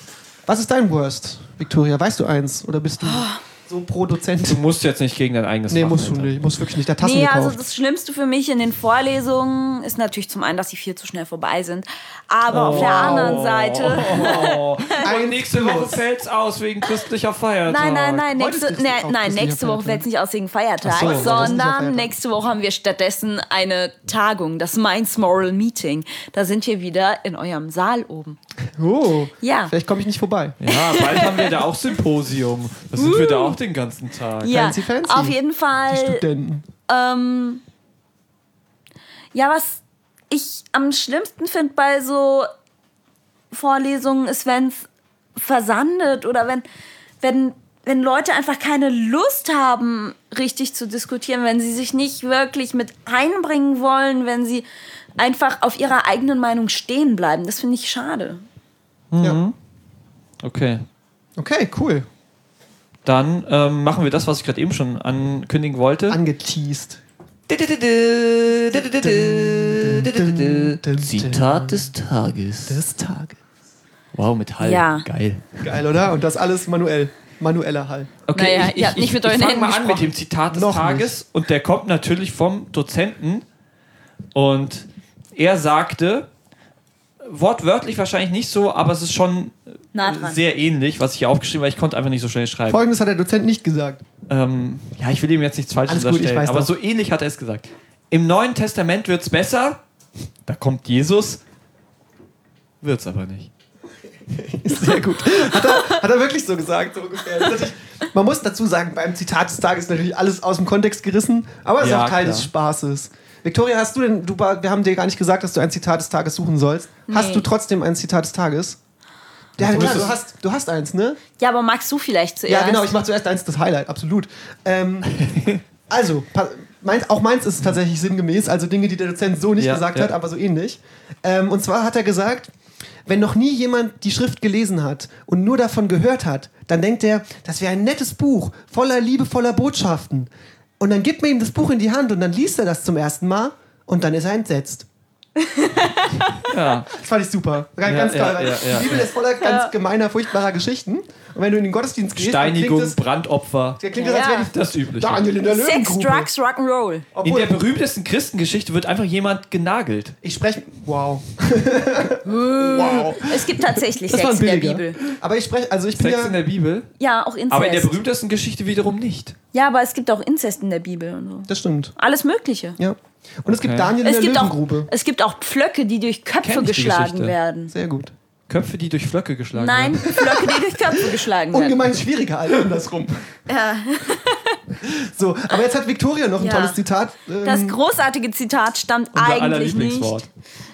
Was ist dein Worst, Victoria? Weißt du eins? Oder bist du
Ah.
so pro Dozent?
Du musst jetzt nicht gegen dein eigenes
Nee,
machen,
musst du
Alter.
nicht. Musst wirklich nicht. Der hat Tassen
nee,
gekauft.
also das Schlimmste für mich in den Vorlesungen ist natürlich zum einen, dass sie viel zu schnell vorbei sind, aber auf
Oh,
der anderen Seite.
Oh.
Eins
Und nächste
plus.
Woche fällt's aus wegen christlicher Feiertag.
Nein, nein, nein,
Heute ist nicht-
nächste, nee,
auch
nein,
christlicher
nächste Woche
Feiertag.
fällt es nicht aus wegen Feiertag,
Ach so, das ist ja Feiertag.
sondern nächste Woche haben wir stattdessen eine Tagung, das Mainz Moral Meeting. Da sind wir wieder in eurem Saal oben.
oh,
Ja.
Vielleicht komme ich nicht vorbei.
Ja, bald haben wir da auch Symposium. Da sind wir da auch den ganzen Tag.
Uh. Ja,
Fancy, fancy.
auf jeden
Die
Fall
Studenten.
Ähm, ja, was ich am schlimmsten finde bei so Vorlesungen ist, wenn es versandet oder wenn, wenn, wenn Leute einfach keine Lust haben, richtig zu diskutieren, wenn sie sich nicht wirklich mit einbringen wollen, wenn sie einfach auf ihrer eigenen Meinung stehen bleiben. Das finde ich schade.
Mhm.
Ja.
Okay.
Okay, cool.
Dann ähm, machen wir das, was ich gerade eben schon ankündigen wollte.
Angeteased.
Zitat des Tages.
Des Tages.
Wow, mit Hall.
Ja.
Geil.
Geil, oder? Und das alles manuell. Manueller Hall.
Naja, ihr habt nicht mit
ich
euren
fang
Händen
mal an mit
gesprochen.
dem Zitat des
Noch
Tages und der kommt natürlich vom Dozenten und er sagte, wortwörtlich wahrscheinlich nicht so, aber es ist schon
Nah dran.
sehr ähnlich, was ich hier aufgeschrieben habe. Ich konnte einfach nicht so schnell schreiben.
Folgendes hat der Dozent nicht gesagt.
Ähm, ja, ich will ihm jetzt nichts Falsches
Alles gut, ich
unterstellen,
weiß
aber
doch.
so ähnlich hat er es gesagt. Im Neuen Testament wird's besser, da kommt Jesus, wird's aber nicht.
Sehr gut. Hat er, hat er wirklich so gesagt, so ungefähr. Das ist natürlich- Man muss dazu sagen, beim Zitat des Tages ist natürlich alles aus dem Kontext gerissen, aber es
Ja,
ist auch Teil des
klar.
Spaßes. Victoria, hast du denn, du, war- wir haben dir gar nicht gesagt, dass du ein Zitat des Tages suchen sollst. Hast
Nee.
du trotzdem ein Zitat des Tages? Ja,
Du
klar,
müsstest-
du hast, du hast eins, ne?
Ja, aber magst du vielleicht zuerst?
Ja, genau, ich mache zuerst eins das Highlight, absolut. Ähm, also, pa- meins, auch meins ist tatsächlich sinngemäß, also Dinge, die der Dozent so nicht
Ja,
gesagt
ja.
hat, aber so ähnlich. Ähm, und zwar hat er gesagt, wenn noch nie jemand die Schrift gelesen hat und nur davon gehört hat, dann denkt er, das wäre ein nettes Buch, voller Liebe, voller Botschaften. Und dann gibt man ihm das Buch in die Hand und dann liest er das zum ersten Mal und dann ist er entsetzt.
Ja,
Das fand ich super. Ganz,
Ja,
ganz
ja,
toll. weil
ja, ja,
die Bibel ist voller ganz gemeiner, furchtbarer Geschichten. Und wenn du in den Gottesdienst gehst, dann klingt
Steinigung,
es,
Brandopfer,
dann klingt es als
Ja.
wäre die
das Übliche.
Daniel in der
Sex,
Löwengrube.
Drugs, Rock'n'Roll.
In
Obwohl,
der berühmtesten Christengeschichte wird einfach jemand genagelt.
ich spreche. Wow. wow.
Es gibt tatsächlich
Das war
Sex
ein
in der
billiger.
Bibel.
Aber ich spreche, also ich bin
Sex
ja.
in der Bibel.
Ja, auch Inzest.
Aber in der berühmtesten Geschichte wiederum nicht.
ja, aber es gibt auch Inzest in der Bibel und so.
das stimmt.
Alles Mögliche.
Ja. Und es gibt
Okay.
Daniel in
Es
der
gibt,
Löwengrube.
auch, es gibt auch Pflöcke, die durch Köpfe
Kenn ich die
geschlagen
Geschichte.
werden.
Sehr gut.
Köpfe, die durch Flöcke geschlagen
Nein,
werden.
Pflöcke, die durch Köpfe geschlagen werden.
Ungemein schwieriger als andersrum.
Ja.
So, aber jetzt hat Victoria noch ein
Ja.
tolles Zitat. Ähm,
Das großartige Zitat stammt
Unser aller
eigentlich nicht.
Lieblingswort.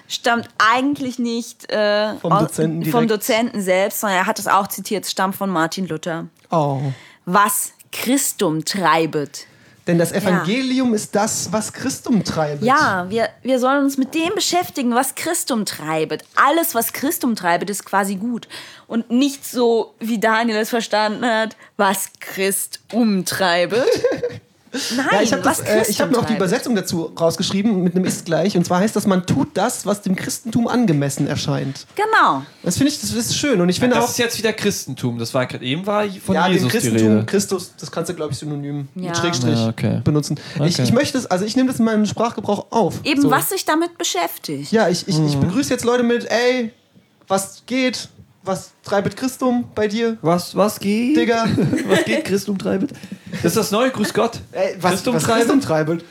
Stammt eigentlich nicht äh,
Vom
aus-
Dozenten direkt.
vom Dozenten selbst, sondern er hat es auch zitiert. Es stammt von Martin Luther.
oh.
Was Christum treibet.
Denn das Evangelium ist das, was Christum treibt.
Ja, wir, wir sollen uns mit dem beschäftigen, was Christum treibet. Alles, was Christum treibet, ist quasi gut. Und nicht so, wie Daniel es verstanden hat, was Christ umtreibet. Nein,
Ja, ich habe
was
äh, ich
Christum
hab noch die
treibet.
Übersetzung dazu rausgeschrieben mit einem Ist gleich. Und zwar heißt das, man tut das, was dem Christentum angemessen erscheint.
Genau.
Das finde ich, das ist schön. Und ich finde
Das
auch,
ist jetzt wieder Christentum. Das war gerade eben war von
ja, dem
Jesus die
Christentum,
Rede.
Christus, das kannst du, glaube ich, synonym
Ja.
mit Schrägstrich
Ja, okay.
benutzen. Ich,
Okay.
ich möchte es, also ich nehme das in meinem Sprachgebrauch auf.
Eben,
So.
was sich damit beschäftigt.
Ja, ich, ich,
Mhm.
ich begrüße jetzt Leute mit, ey, was geht? Was treibt Christum bei dir?
Was, was geht?
Digga.
Was geht, Christum treibet? Das ist das neue Grüß Gott.
Ey, was,
Christum
was
treibet?
Christum treibet?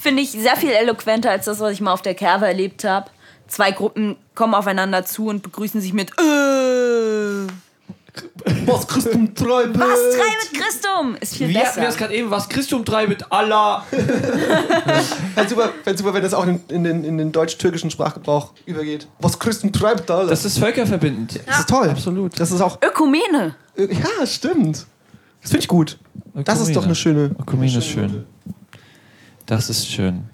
Finde ich sehr viel eloquenter als das, was ich mal auf der Kerbe erlebt habe. Zwei Gruppen kommen aufeinander zu und begrüßen sich mit äh,
Was Christum treibet?
Was treibet Christum? Ist viel
Wie hatten
besser.
wir das gerade eben? Was Christum treibet? Allah.
Fänd's super, fänd's super, wenn das auch in, in den, in den deutsch-türkischen Sprachgebrauch übergeht. Was Christum treibt da?
Das ist völkerverbindend.
Das ist toll.
Absolut.
Das ist auch,
Ökumene.
ja, stimmt. Das finde ich gut. Das ist doch eine schöne.
Ökumene ist schön. Das ist schön.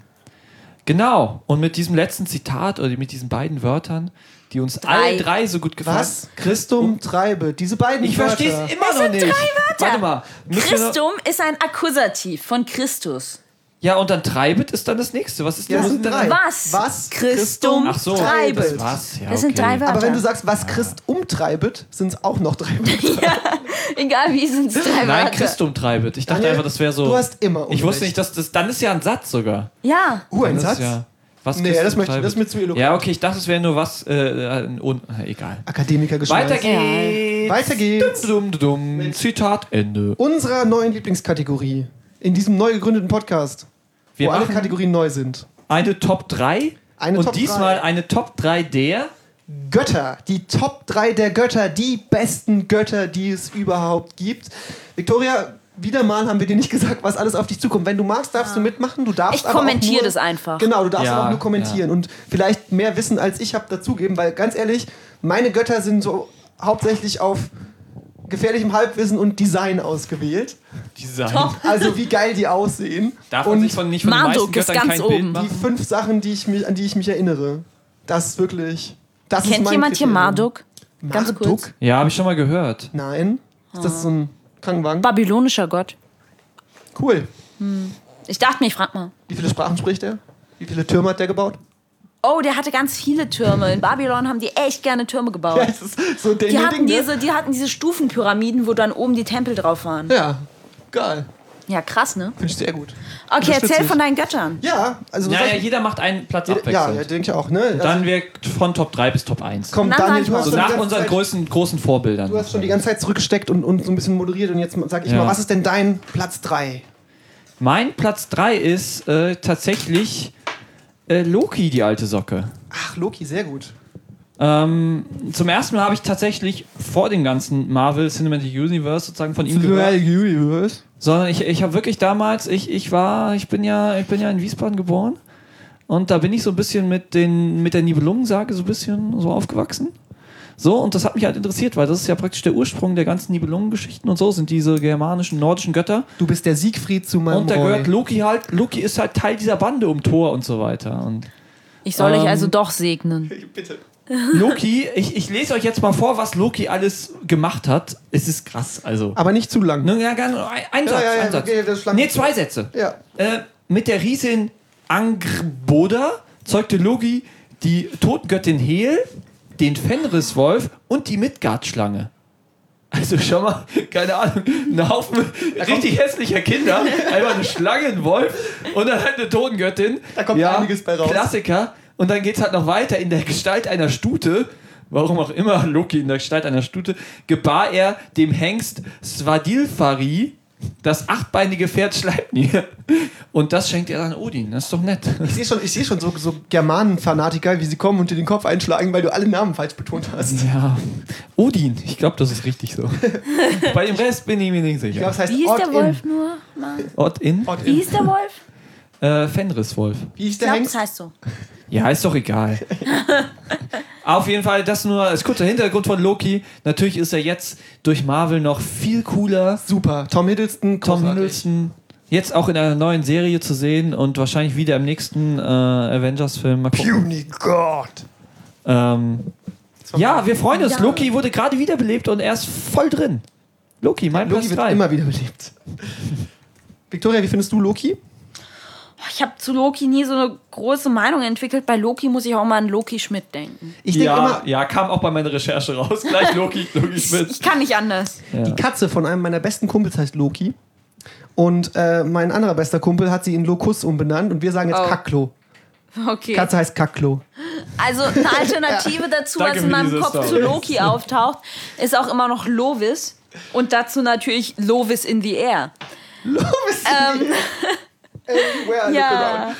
Genau. Und mit diesem letzten Zitat oder mit diesen beiden Wörtern, die uns alle drei so gut gefallen. Oh,
Was Christum treibe? Diese beiden
Ich verstehe
Wörter.
es immer noch nicht. Warte mal. Müssen wir noch,
Christum ist ein Akkusativ von Christus.
ja, und dann treibet ist dann das nächste. Was ist
Ja,
denn
das
das
sind drei.
Was?
Was
Christum,
Ach so,
treibet.
das war's. Ja,
Das sind
okay.
drei Wörter.
Aber wenn du sagst, was Christ umtreibet, sind es auch noch drei Wörter.
Egal wie, sind es drei
Nein,
Wörter.
Christum treibet. Ich dachte
Daniel,
einfach, das wäre so.
du hast immer
Ich
Unrecht.
wusste nicht, dass das. Dann ist ja ein Satz sogar.
Ja,
Uh, ein
Das
Satz?
ist Ja, was
Nee,
Christum
das möchte ich-
treibet.
das ist mir zu eloquent.
Ja, okay, ich dachte, es wäre nur was. Äh, ein Un- egal.
Akademiker
Weiter
geschmeißt.
geht's.
Weiter geht's. Oh,
Dum, dum, dum. Zitat Ende.
Unserer neuen Lieblingskategorie in diesem neu gegründeten Podcast,
Wir
wo alle
machen
Kategorien neu sind.
eine Top 3
Eine
und
Top
diesmal
drei.
eine Top 3 der.
Götter, die Top 3 der Götter, die besten Götter, die es überhaupt gibt. Victoria, wieder mal haben wir dir nicht gesagt, was alles auf dich zukommt. Wenn du magst, darfst du mitmachen. Du darfst
Ich
aber auch
kommentier
nur,
das einfach.
Genau, du darfst
Ja,
aber auch nur kommentieren und vielleicht mehr Wissen als ich habe dazugeben, weil ganz ehrlich, meine Götter sind so hauptsächlich auf gefährlichem Halbwissen und Design ausgewählt.
Design.
Top.
Also wie geil die aussehen.
Darf man
und
sich von, nicht von den
Marduk
meisten Göttern
ist ganz
kein
oben.
Bild
die
machen?
fünf Sachen, die ich mich, an die ich mich erinnere. Das ist wirklich. Das ist
kennt
mein
jemand hier
Kriterium.
Marduk? Ganz
Marduk?
kurz.
Ja, habe ich schon mal gehört.
Nein. Ist das so ein Krankenwagen?
Babylonischer Gott.
Cool.
Ich dachte mir, ich frag mal.
Wie viele Sprachen spricht er? Wie viele Türme hat der gebaut?
Oh, der hatte ganz viele Türme. In Babylon haben die echt gerne Türme gebaut.
Ja, es ist so ein Ding,
die,
Ding,
hatten
Ding, ne?
diese, die hatten diese Stufenpyramiden, wo dann oben die Tempel drauf waren.
Ja, ne? geil.
Ja, krass, ne?
Finde ich sehr gut.
Okay,
Unterstütze
erzähl
ich.
von deinen Göttern.
Ja, also
Naja,
sag-
jeder macht einen Platz
ja,
abwechselnd.
ja, denke ich auch, ne?
Dann wirkt von Top 3 bis Top 1.
Komm,
Na,
Daniel,
sag
du
mal.
hast
so
schon
So
die
nach
ganze
unseren
Zeit-
größten, großen Vorbildern.
Du hast schon die ganze Zeit zurückgesteckt und, und so ein bisschen moderiert und jetzt sag ich
Ja.
mal, was ist denn dein Platz 3?
mein Platz 3 ist äh, tatsächlich äh, Loki, die alte Socke.
Ach, Loki, sehr gut.
Ähm, zum ersten Mal habe ich tatsächlich vor dem ganzen Marvel Cinematic Universe sozusagen von ihm gehört.
Universe.
Sondern ich, ich habe wirklich damals, ich, ich war, ich bin ja, ich bin ja in Wiesbaden geboren und da bin ich so ein bisschen mit den, mit der Nibelungensage so ein bisschen so aufgewachsen. So, und das hat mich halt interessiert, weil das ist ja praktisch der Ursprung der ganzen Nibelungengeschichten und so, sind diese germanischen, nordischen Götter.
Du bist der Siegfried zu meinem
Und da
Roy.
gehört Loki halt, Loki ist halt Teil dieser Bande um Thor und so weiter. Und
Ich soll
Ähm,
dich also doch segnen.
Loki, ich, ich lese euch jetzt mal vor, was Loki alles gemacht hat. Es ist krass, also.
Aber nicht zu lang.
Ne, ja, ganz- ein, ein Satz,
Ah. Ja, ja, ja,
ein Satz.
okay, das schlank-
nee, zwei Sätze.
Ja.
Äh, mit der Riesin Angrboda zeugte Loki die Totengöttin Hel, den Fenriswolf und die Midgard-Schlange. Also schau mal, keine Ahnung, ein Haufen richtig hässlicher Kinder, einfach eine Schlange, ein Wolf und dann halt eine Totengöttin.
Da kommt einiges bei raus.
Klassiker. Und dann geht's halt noch weiter in der Gestalt einer Stute. Warum auch immer Loki in der Gestalt einer Stute gebar er dem Hengst Svadilfari das achtbeinige Pferd Schleipnir. Und das schenkt er dann Odin. Das ist doch nett.
Ich sehe schon, ich seh schon so, so Germanen-Fanatiker, wie sie kommen und dir den Kopf einschlagen, weil du alle Namen falsch betont hast.
Ja, Odin. Ich glaube, das ist richtig so. Bei dem Rest bin ich mir nicht
Ich
sicher.
glaube, es heißt
Wie hieß der
Ort-in.
Wolf nur? Mann.
Odin?
Ort-in.
Wie hieß der Wolf?
Oh.
Äh, Fenriswolf.
Wie hieß
Ich
der
glaube, das
Hengst?
heißt so.
Ja, ist doch egal. Auf jeden Fall, das nur als kurzer Hintergrund von Loki. Natürlich ist er jetzt durch Marvel noch viel cooler.
halt-
Super. Tom Hiddleston.
Tom
großartig.
Hiddleston jetzt auch in einer neuen Serie zu sehen und wahrscheinlich wieder im nächsten äh, Avengers-Film. Mal gucken.
Unigod.
Ähm, ja, wir freuen uns.
Ja.
Loki wurde gerade wiederbelebt und er ist voll drin. Loki, mein
Loki
Platz
wird
3.
immer wieder belebt. Victoria, wie findest du Loki?
Ich habe zu Loki nie so eine große Meinung entwickelt. Bei Loki muss ich auch mal an Loki Schmidt denken.
Ich denke
ja,
immer,
ja, kam auch bei meiner Recherche raus. Gleich Loki, Loki Schmidt.
Ich kann nicht anders.
die Katze von einem meiner besten Kumpels heißt Loki. Und äh, mein anderer bester Kumpel hat sie in Locus umbenannt und wir sagen jetzt
Oh.
Kaklo.
Okay.
Katze heißt Kaklo.
Also eine Alternative dazu,
Danke
was
für
in meinem
diese
Kopf
Story.
zu Loki auftaucht, ist auch immer noch Lovis. Und dazu natürlich Lovis in the Air. Ähm. Ja.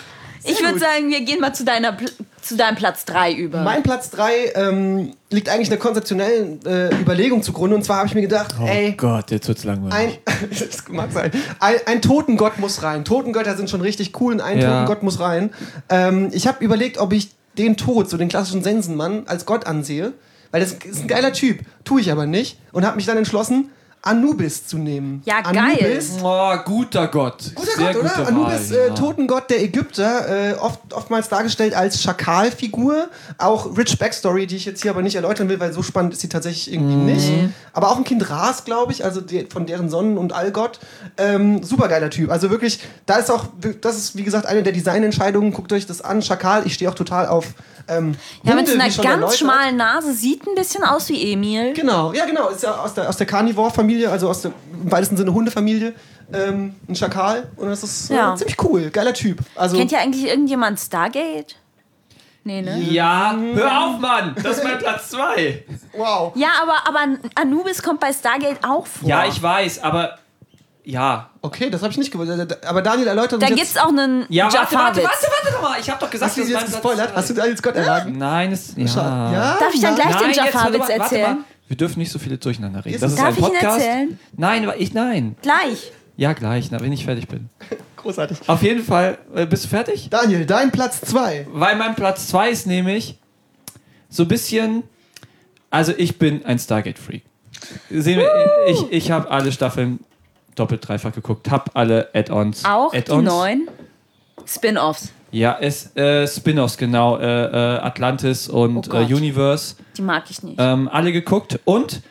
Ich würde
gut.
sagen, wir gehen mal zu, deiner, Pl- zu deinem Platz 3 über.
Mein Platz 3 ähm, liegt eigentlich einer konzeptionellen äh, Überlegung zugrunde. Und zwar habe ich mir gedacht,
Oh.
ey,
Gott, jetzt wird's langweilig.
ein, das mag sein, ein, ein Totengott muss rein. Totengötter sind schon richtig cool und ein
Ja.
Totengott muss rein. Ähm, ich habe überlegt, ob ich den Tod, so den klassischen Sensenmann, als Gott ansehe. Weil das ist ein geiler Typ. Tue ich aber nicht. Und habe mich dann entschlossen, Anubis zu nehmen.
Ja, geil.
Anubis
Oh, guter Gott.
Guter
Sehr
Gott, oder?
gute
Anubis,
Wahl,
äh,
ja.
Totengott der Ägypter, äh, oft, oftmals dargestellt als Schakalfigur. Auch Rich Backstory, die ich jetzt hier aber nicht erläutern will, weil so spannend ist sie tatsächlich irgendwie
Mhm.
nicht. Aber auch ein Kind Ras, glaube ich, also die, von deren Sonnen- und Allgott. Ähm, Supergeiler Typ. Also wirklich, da ist auch, das ist wie gesagt eine der Designentscheidungen. Guckt euch das an. Schakal, ich stehe auch total auf. Ähm,
ja, mit
Hunde,
so einer
wie schon
halt ganz
erläutert.
schmalen Nase sieht ein bisschen aus wie Emil.
Genau, ja genau, ist ja aus der, aus der Carnivore-Familie, also aus der im weitesten Sinne Hundefamilie, ähm, ein Schakal und das ist äh,
Ja.
ziemlich cool, geiler Typ. Also
Kennt ja eigentlich irgendjemand Stargate? Nee, ne?
Ja,
Mhm.
hör auf, Mann. Das ist mein Platz 2.
wow.
Ja, aber, aber Anubis kommt bei Stargate auch vor.
Ja, ich weiß, aber ja.
Okay, das habe ich nicht gewusst. also, Aber Daniel erläutert
da
uns
gibt's auch einen
Ja, warte,
Jafar
warte,
Witz.
warte, warte doch mal. Ich hab doch gesagt,
hast du sie jetzt
mein
gespoilert?
Platz
Hast du Daniels Gott erraten?
Nein, ist ja.
Schade. Ja?
Darf ich dann
Nein.
gleich den
Nein, jetzt, warte
Jafar-Witz
mal, warte
erzählen?
mal. Wir dürfen nicht so viele durcheinander reden.
Ist-
Das ist
Darf
ein
ich ihn
Podcast.
erzählen?
Nein, aber ich nein.
Gleich.
Ja, gleich, na, wenn ich fertig bin.
Großartig.
Auf jeden Fall, äh, bist du fertig?
Daniel, dein Platz 2.
Weil mein Platz 2 ist nämlich so ein bisschen. Also, ich bin ein Stargate-Freak. Sehen wir, ich ich habe alle Staffeln doppelt dreifach geguckt, habe alle Add-ons.
Auch die
Add-ons?
neun Spin-offs.
Ja, es, äh, Spin-offs, genau. Äh, äh, Atlantis und
Oh
äh,
Gott.
Universe.
Die mag ich nicht.
Ähm, alle geguckt. Und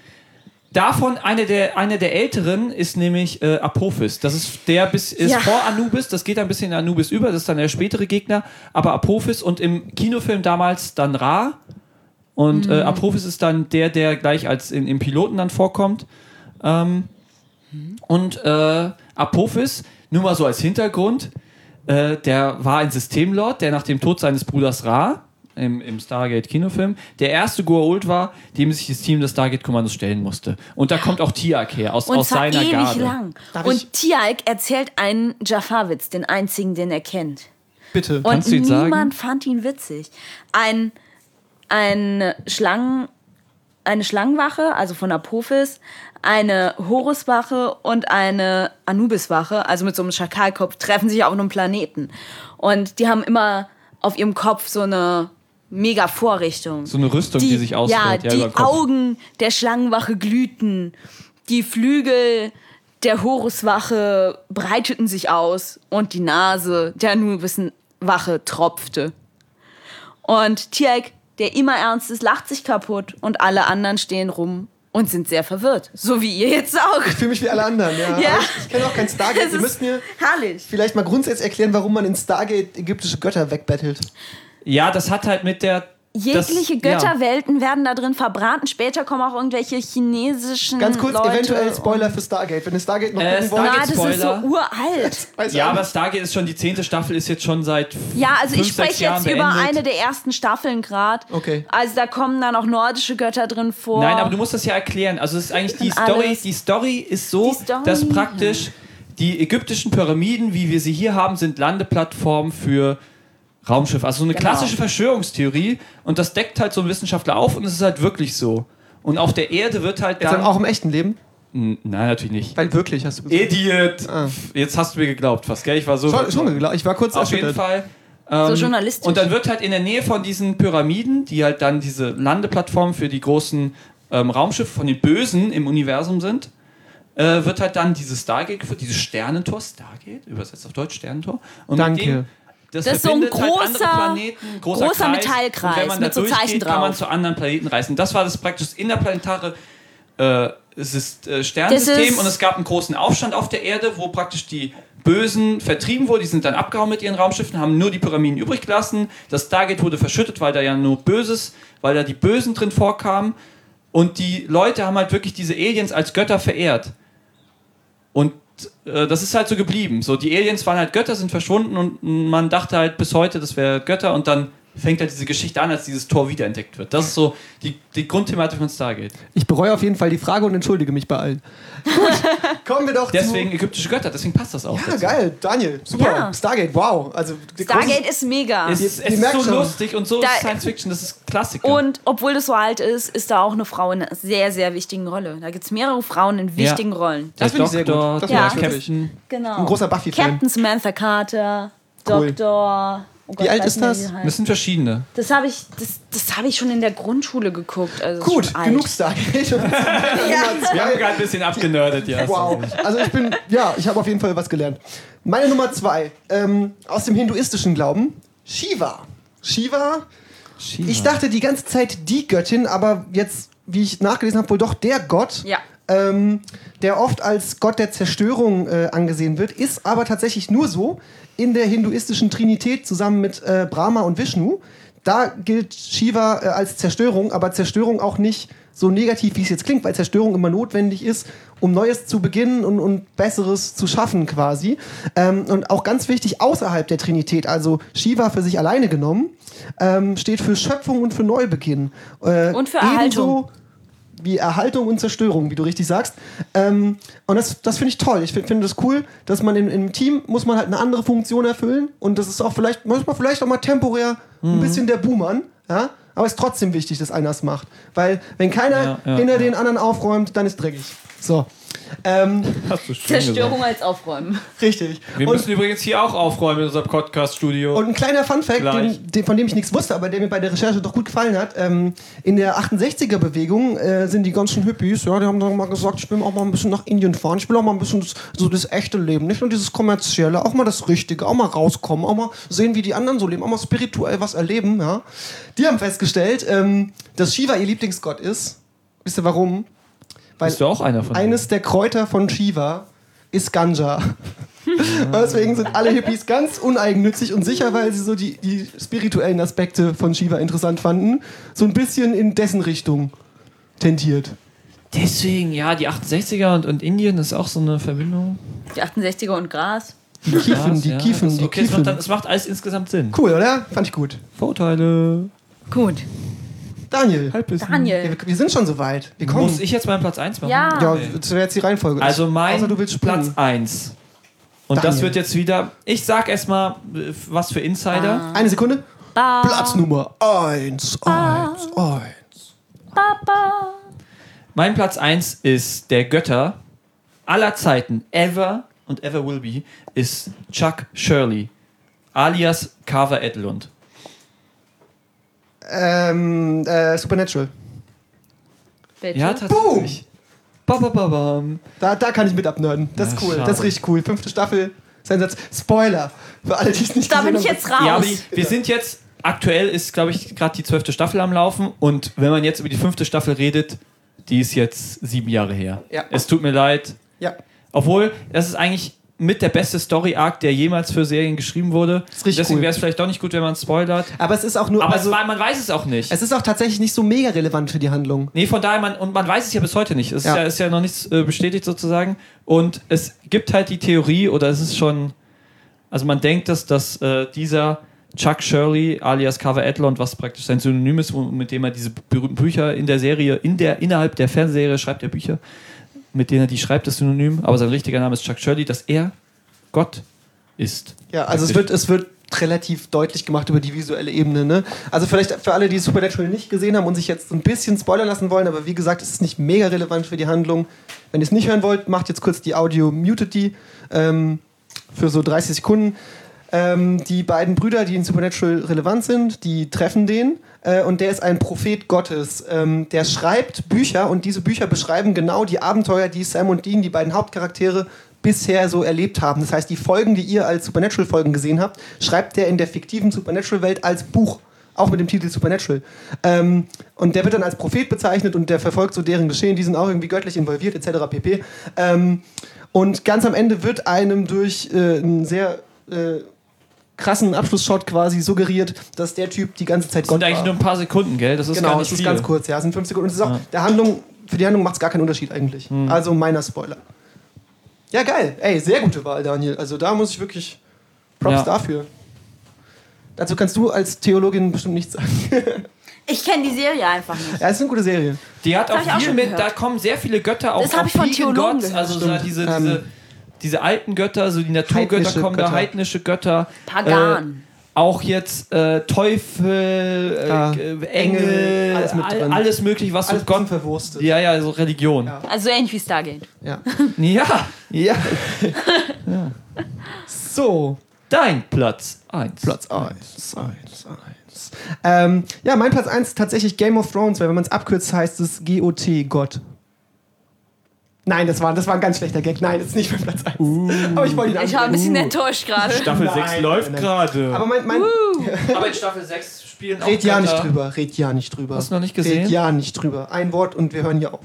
davon eine der, eine der älteren ist nämlich äh, Apophis. Das ist der bis ist
Ja.
vor Anubis. Das geht ein bisschen in Anubis über. Das ist dann der spätere Gegner. Aber Apophis und im Kinofilm damals dann Ra. Und äh, Apophis ist dann der, der gleich als in, im Piloten dann vorkommt. Ähm, Und äh, Apophis, nur mal so als Hintergrund, äh, der war ein Systemlord, der nach dem Tod seines Bruders Ra im, im Stargate-Kinofilm der erste Goa'uld war, dem sich das Team des Stargate-Kommandos stellen musste. Und da kommt auch Tiak her, aus,
Und
aus
zwar
seiner
ewig
Garde.
lang.
Darf ich-
Und Tialk erzählt einen Jafar-Witz, den einzigen, den er kennt.
Bitte.
Und
Kannst du ihn sagen?
niemand fand ihn witzig. Ein, ein Schlangen, eine Schlangenwache, also von Apophis, eine Horuswache und eine Anubiswache, also mit so einem Schakalkopf, treffen sich auf einem Planeten. Und die haben immer auf ihrem Kopf so eine mega Vorrichtung.
So eine Rüstung, die, sich ausfällt.
Ja, die
über den Kopf.
Augen der Schlangenwache glühten. Die Flügel der Horuswache breiteten sich aus und die Nase der Anubiswache tropfte. Und Tiek, der immer ernst ist, lacht sich kaputt und alle anderen stehen rum und sind sehr verwirrt. So wie ihr jetzt auch.
Ich fühle mich wie alle anderen, ja.
Ja.
Aber Ich, ich kenne auch kein Stargate.
Das
Ihr
ist
müsst mir
herrlich.
vielleicht mal grundsätzlich erklären, warum man in Stargate ägyptische Götter wegbettelt.
Ja, das hat halt mit der.
Jegliche
das, ja.
Götterwelten werden da drin verbrannt. und Später kommen auch irgendwelche chinesischen
Ganz kurz,
Hm, Leute
eventuell
und-
Spoiler für Stargate. Wenn ihr Stargate noch
Äh,
gucken
Na,
wollt,
Stargate-
das ist so
Spoiler.
uralt.
weiß
Ja,
ich
aber
nicht.
Stargate ist schon die zehnte Staffel, ist jetzt schon seit. f-
Ja, also ich
fünf, sechs
spreche
Jahren
jetzt über
beendet.
eine der ersten Staffeln gerade.
Okay.
Also da kommen dann auch nordische Götter drin vor.
Nein, aber du musst das ja erklären. Also es ist eigentlich die
Ich kann
Story.
alles.
Die Story ist so,
Die Story,
dass praktisch die ägyptischen Pyramiden, wie wir sie hier haben, sind Landeplattformen für Raumschiff. Also so eine
Genau.
klassische Verschwörungstheorie. Und das deckt halt so ein Wissenschaftler auf und es ist halt wirklich so. Und auf der Erde wird halt
Jetzt
dann.
dann auch im echten Leben?
N- Nein, natürlich nicht.
Weil wirklich, hast du gesagt.
Idiot! Jetzt hast du mir geglaubt, fast, gell? Ich war so.
Ah. Schon, schon geglaubt. Ich war kurz
Auf jeden Fall. Ähm,
So journalistisch.
Und dann wird halt in der Nähe von diesen Pyramiden, die halt dann diese Landeplattform für die großen ähm, Raumschiffe von den Bösen im Universum sind, äh, wird halt dann dieses Stargate geführt, dieses Sternentor, Stargate, übersetzt auf Deutsch Sternentor. Und mit
Danke.
dem-
Das ist so ein
verbindet halt andere
großer-
Planeten, großer,
großer
Kreis.
Metallkreis
Und wenn man
mit
da
so
durchgeht,
Zeichen
kann man
drauf.
zu anderen Planeten reisen. Das war das praktisch interplanetare äh, es ist, äh,
Das
Sternensystem
ist-
und es gab einen großen Aufstand auf der Erde, wo praktisch die Bösen vertrieben wurden. Die sind dann abgehauen mit ihren Raumschiffen, haben nur die Pyramiden übrig gelassen. Das Stargate wurde verschüttet, weil da ja nur Böses, weil da die Bösen drin vorkamen. Und die Leute haben halt wirklich diese Aliens als Götter verehrt. Und äh, das ist halt so geblieben. So, die Aliens waren halt Götter, sind verschwunden und man dachte halt bis heute, das wäre Götter und dann fängt halt diese Geschichte an, als dieses Tor wiederentdeckt wird. Das ist so die, die Grundthematik von Stargate.
Ich bereue auf jeden Fall die Frage und entschuldige mich bei allen. Gut, kommen wir doch
Deswegen ägyptische Götter, deswegen passt das auch.
zu... Ja,
dazu.
geil. Daniel, super.
Ja.
Stargate, wow. Also, die
Stargate ist mega.
Es ist,
Ihr
es ist
merkt
so
schon.
lustig und so
Da-
ist Science Fiction, das ist Klassiker.
und obwohl das so alt ist, ist da auch eine Frau in einer sehr, sehr wichtigen Rolle. Da gibt es mehrere Frauen in wichtigen Rollen.
Der
Das finde ich sehr gut.
Doktor,
Das
der
finde ich wirklich.
Captain.
Genau.
Ein großer Buffy-Fan.
Captain Samantha Carter,
Cool.
Doktor. Oh Gott,
Wie alt ist
weiß nicht, wie
das?
sie heißt.
Das sind verschiedene.
Das habe ich, das, das hab ich schon in der Grundschule geguckt. Also
Gut,
schon alt.
genug Stargate.
Wir haben gerade ein bisschen abgenördet, ja.
Wow. Also ich bin, ja, ich habe auf jeden Fall was gelernt. Meine Nummer zwei, ähm, aus dem hinduistischen Glauben, Shiva. Shiva,
Shiva.
ich dachte die ganze Zeit die Göttin, aber jetzt, wie ich nachgelesen habe, wohl doch der Gott.
Ja.
Ähm, der oft als Gott der Zerstörung äh, angesehen wird, ist aber tatsächlich nur so in der hinduistischen Trinität zusammen mit äh, Brahma und Vishnu. Da gilt Shiva äh, als Zerstörung, aber Zerstörung auch nicht so negativ, wie es jetzt klingt, weil Zerstörung immer notwendig ist, um Neues zu beginnen und, und Besseres zu schaffen quasi. Ähm, und auch ganz wichtig, außerhalb der Trinität, also Shiva für sich alleine genommen, ähm, steht für Schöpfung und für Neubeginn. Äh,
Und
ebenso
für Erhaltung.
wie Erhaltung und Zerstörung, wie du richtig sagst. Ähm, und das, das finde ich toll. Ich finde find das cool, dass man im, im Team muss man halt eine andere Funktion erfüllen und das ist auch vielleicht, muss man vielleicht auch mal temporär ein
Mhm.
bisschen der Boomern, ja. Aber es ist trotzdem wichtig, dass einer es macht. Weil wenn keiner
Ja, ja,
hinter
ja.
den anderen aufräumt, dann ist dreckig. So. Ähm,
Hast du schön gesagt.
Zerstörung als Aufräumen.
richtig.
Wir
Und-
müssen übrigens hier auch aufräumen in unserem Podcast-Studio.
Und ein kleiner Fun-Fact,
Gleich.
den- den- von dem ich nichts wusste, aber der mir bei der Recherche doch gut gefallen hat. Ähm, in der 68er-Bewegung äh, sind die ganzen Hippies, ja, die haben dann mal gesagt, ich will auch mal ein bisschen nach Indien fahren, ich will auch mal ein bisschen das, so das echte Leben, nicht nur dieses kommerzielle, auch mal das Richtige, auch mal rauskommen, auch mal sehen, wie die anderen so leben, auch mal spirituell was erleben. Ja. Die haben festgestellt, ähm, dass Shiva ihr Lieblingsgott ist. Wisst ihr warum? Weil
Bist du auch einer von Ah. denen?
eines der Kräuter von Shiva ist Ganja. Und Deswegen sind alle Hippies ganz uneigennützig und sicher, weil sie so die, die spirituellen Aspekte von Shiva interessant fanden, so ein bisschen in dessen Richtung tendiert.
Deswegen, ja, die 68er und, und Indien ist auch so eine Verbindung.
Die 68er und Gras.
Die Kiefen, die
ja,
Kiefen,
das,
die
okay, Es
Kiefen.
macht, dann- es macht alles insgesamt Sinn.
Cool, oder? Fand ich gut.
Vorteile,
Gut.
Daniel,
Halbwissen.
Hm. ja,
Daniel.
wir, wir sind schon so weit. Wir kommen.
Muss ich jetzt meinen Platz 1 machen?
Ja.
ja, das wäre jetzt die Reihenfolge.
Also mein
Außer du willst springen.
Platz 1. Und das
Daniel.
wird jetzt wieder, ich sag erstmal äh, was für Insider.
Eine Sekunde.
Ba,
Platz Nummer 1, 1, 1.
ba, ba.
Mein Platz 1 ist der Götter aller Zeiten, ever und ever will be, ist Chuck Shirley, alias Carver Edlund.
Ähm, äh, Supernatural.
Bitte.
Ja, tatsächlich. Ba, ba, ba, bam.
Da, da kann ich mit abnörden. Das ist
Ja,
cool.
schade.
Das ist richtig cool. Fünfte Staffel. Sensatz. Spoiler. Für alle, die es nicht
da
gesehen
bin ich
haben.
jetzt raus.
Ja, aber die- wir sind jetzt, aktuell ist, glaube ich, gerade die zwölfte Staffel am Laufen und wenn man jetzt über die fünfte Staffel redet, die ist jetzt sieben Jahre her.
Ja.
Es tut mir leid.
Ja,
Obwohl, das ist eigentlich mit der beste Story-Arc, der jemals für Serien geschrieben wurde.
ist richtig
Deswegen
cool.
wäre es vielleicht doch nicht gut, wenn man spoilert.
aber es ist auch nur.
Aber
also,
es war, man weiß es auch nicht.
es ist auch tatsächlich nicht so mega relevant für die Handlung.
Nee, von daher, man, und man weiß es ja bis heute nicht. Es
Ja.
Ist, ja, ist ja noch nichts äh, bestätigt sozusagen. Und es gibt halt die Theorie, oder es ist schon, also man denkt, dass, dass äh, dieser Chuck Shirley alias Carver Edlund, was praktisch sein Synonym ist, wo- mit dem er diese berühmten Bücher in der Serie, in der, innerhalb der Fernsehserie schreibt er Bücher, mit denen er die schreibt, das Synonym, aber sein richtiger Name ist Chuck Shirley, dass er Gott ist.
Ja, also es
Praktisch.
wird, es wird relativ deutlich gemacht über die visuelle Ebene. Ne? Also vielleicht für alle, die Supernatural nicht gesehen haben und sich jetzt ein bisschen spoilern lassen wollen, aber wie gesagt, es ist nicht mega relevant für die Handlung. Wenn ihr es nicht hören wollt, macht jetzt kurz die Audio, mutet die ähm, für so 30 Sekunden. Ähm, die beiden Brüder, die in Supernatural relevant sind, die treffen den äh, und der ist ein Prophet Gottes. Ähm, der schreibt Bücher und diese Bücher beschreiben genau die Abenteuer, die Sam und Dean, die beiden Hauptcharaktere, bisher so erlebt haben. Das heißt, die Folgen, die ihr als Supernatural-Folgen gesehen habt, schreibt der in der fiktiven Supernatural-Welt als Buch. Auch mit dem Titel Supernatural. Ähm, und der wird dann als Prophet bezeichnet und der verfolgt so deren Geschehen. Die sind auch irgendwie göttlich involviert, etc. pp. Ähm, und ganz am Ende wird einem durch äh, einen sehr äh, krassen Abschlussshot quasi suggeriert, dass der Typ die ganze Zeit
Das sind
Gott
eigentlich
war.
nur ein paar Sekunden, gell? Das ist
genau,
gar
es
nicht
ist
viel.
ganz kurz, ja, es sind fünf Sekunden. Und es ist auch,
Ja. Hm.
der Handlung, für die Handlung macht es gar keinen Unterschied eigentlich. Also meiner Spoiler. Ja, geil. Ey, sehr gute Wahl, Daniel. Also da muss ich wirklich Props
Ja.
dafür. Dazu kannst du als Theologin bestimmt nichts sagen.
Ich kenne die Serie einfach nicht.
Ja, es ist eine gute Serie.
Die hat
Das hab ich
auch
auch
viel
schon
mit,
gehört.
da kommen sehr viele Götter auch.
Das hab
auch
ich von
Vegan
Theologen
Gods,
gehört.
Also so diese, diese,
Ähm.
diese alten Götter, so die Naturgötter
Heidnische
kommen da,
Götter.
heidnische Götter. Äh,
Pagan.
auch jetzt äh, Teufel, äh,
Ja,
Engel,
Ah, Engel, alles
alles,
mit
all,
drin.
alles möglich, was
Alles
so Gott.
verwurstet.
Ja, ja, so Religion.
Ja.
also ähnlich wie Stargate.
Ja.
Ja,
ja. So,
dein Platz 1.
Platz 1, 1, 1. Ähm, ja, mein Platz 1 ist tatsächlich Game of Thrones, weil wenn man es abkürzt, heißt es GOT, Gott. Nein, das war, das war ein ganz schlechter Gag. Nein, das ist nicht mein Platz 1. Aber ich wollte ihn
Ich war ein bisschen
Uh.
enttäuscht gerade.
Staffel
Nein,
6 läuft
nein.
gerade.
Äh, Aber mein, mein
Uh.
Aber in Staffel 6 spielen auch
red ja nicht
Götter.
drüber, red ja nicht drüber.
Hast du noch nicht gesehen?
Red ja nicht drüber. Ein Wort und wir hören hier auf.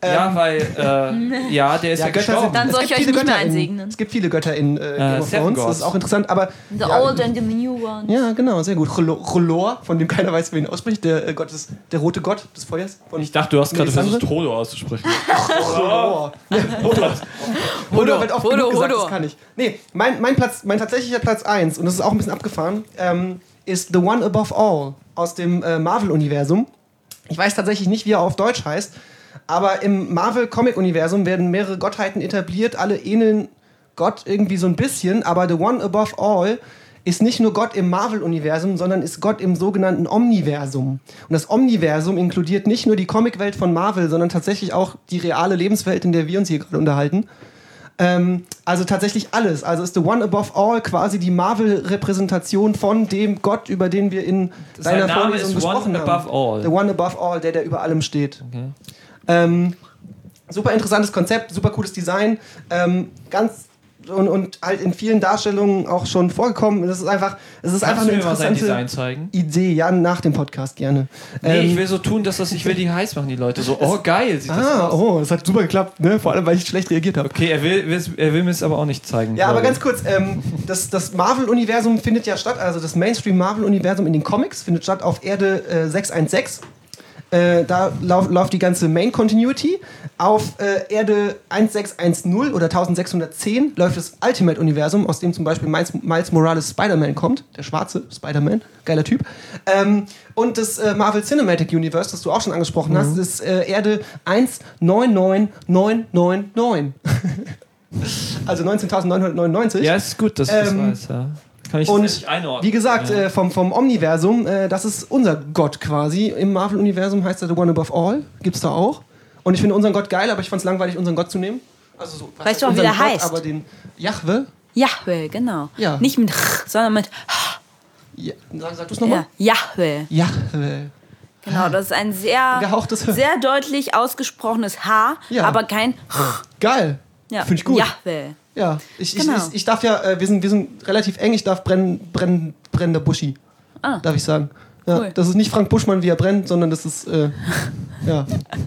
Ähm.
Ja, weil, äh, ja, der ist ja, gestorben.
Dann
es
soll
gibt
ich euch
viele
nicht mehr
Götter in-
einsegnen.
Es gibt viele Götter in äh, Game of
Seven
Thrones,
Gods.
das ist auch interessant, aber
The
ja,
old and the new one.
Ja, genau, sehr gut. Rolor, von dem keiner weiß, wie ihn ausspricht, der äh, Gott ist, der rote Gott des Feuers. Von
ich dachte, du hast
Nee,
gerade
das andere?
versucht, Trollo auszusprechen.
Rolor. Ja, Hodor. Hodor wird oft
Hodor,
genug gesagt,
Hodor.
das kann ich. Nee, mein, mein, Platz, mein tatsächlicher Platz 1, und das ist auch ein bisschen abgefahren, ähm, ist The One Above All aus dem äh, Marvel-Universum. Ich weiß tatsächlich nicht, wie er auf Deutsch heißt, aber im Marvel-Comic-Universum werden mehrere Gottheiten etabliert, alle ähneln Gott irgendwie so ein bisschen, aber The One Above All ist nicht nur Gott im Marvel-Universum, sondern ist Gott im sogenannten Omniversum. Und das Omniversum inkludiert nicht nur die Comicwelt von Marvel, sondern tatsächlich auch die reale Lebenswelt, in der wir uns hier gerade unterhalten. Ähm, also tatsächlich alles. Also ist The One Above All quasi die Marvel-Repräsentation von dem Gott, über den wir in
Sein
deiner
Name
Vorlesung
ist
gesprochen
One
haben.
Above All.
The One Above All, der, der über allem steht. Ähm, super interessantes Konzept, super cooles Design. Ähm, ganz und, und halt in vielen Darstellungen auch schon vorgekommen. Das ist einfach, es ist einfach
Kannst
eine
du mir mal sein
interessante
Design zeigen?
Idee. Ja, nach dem Podcast gerne.
Nee,
Ähm,
ich will so tun, dass das, ich will die heiß machen, die Leute. So, oh geil, sieht das
ah,
aus.
oh, das hat super geklappt, ne? Vor allem, weil ich schlecht reagiert habe.
Okay, er will, will's- er will mir es aber auch nicht zeigen.
Ja, aber
glaube
ganz
ich.
kurz, ähm, das, das Marvel-Universum findet ja statt, also das Mainstream-Marvel-Universum in den Comics findet statt auf Erde äh, 616. Äh, da läuft lauf die ganze Main Continuity. Auf äh, Erde 1610 oder 1610 läuft das Ultimate-Universum, aus dem zum Beispiel Miles, Miles Morales Spider-Man kommt. Der schwarze Spider-Man, geiler Typ. Ähm, und das äh, Marvel Cinematic Universe, das du auch schon angesprochen hast, ist äh, Erde 199999. also 19.999.
Ja, ist gut, dass du das
Ähm,
weißt. Ja. Kann ich
und
das nicht einordnen.
Wie gesagt,
ja.
äh, vom, vom Omniversum, äh, das ist unser Gott quasi. Im Marvel-Universum heißt er The One Above All. Gibt's da auch. Und ich finde unseren Gott geil, aber ich fand's langweilig, unseren Gott zu nehmen. Also so, was
Weißt du auch, Oh, wie
unseren
der heißt?
Aber den Jahwe.
Jahwe, genau.
Ja.
Nicht mit sondern mit
Ja, sag sag du's
ja,
nochmal.
Jahwe.
Jahwe.
Genau, das ist ein sehr,
Gehauchtes
sehr deutlich ausgesprochenes H,
Ja.
aber kein
Geil.
ja.
Finde ich gut.
Jahwe.
Ja. Ich, ich,
Genau.
ich, ich darf ja, äh, wir, sind, wir sind relativ eng, ich darf brennen, brennen, brennender Buschi.
Ah.
Darf ich sagen. Ja,
Cool.
Das ist nicht Frank Buschmann, wie er brennt, sondern das ist, äh, ja.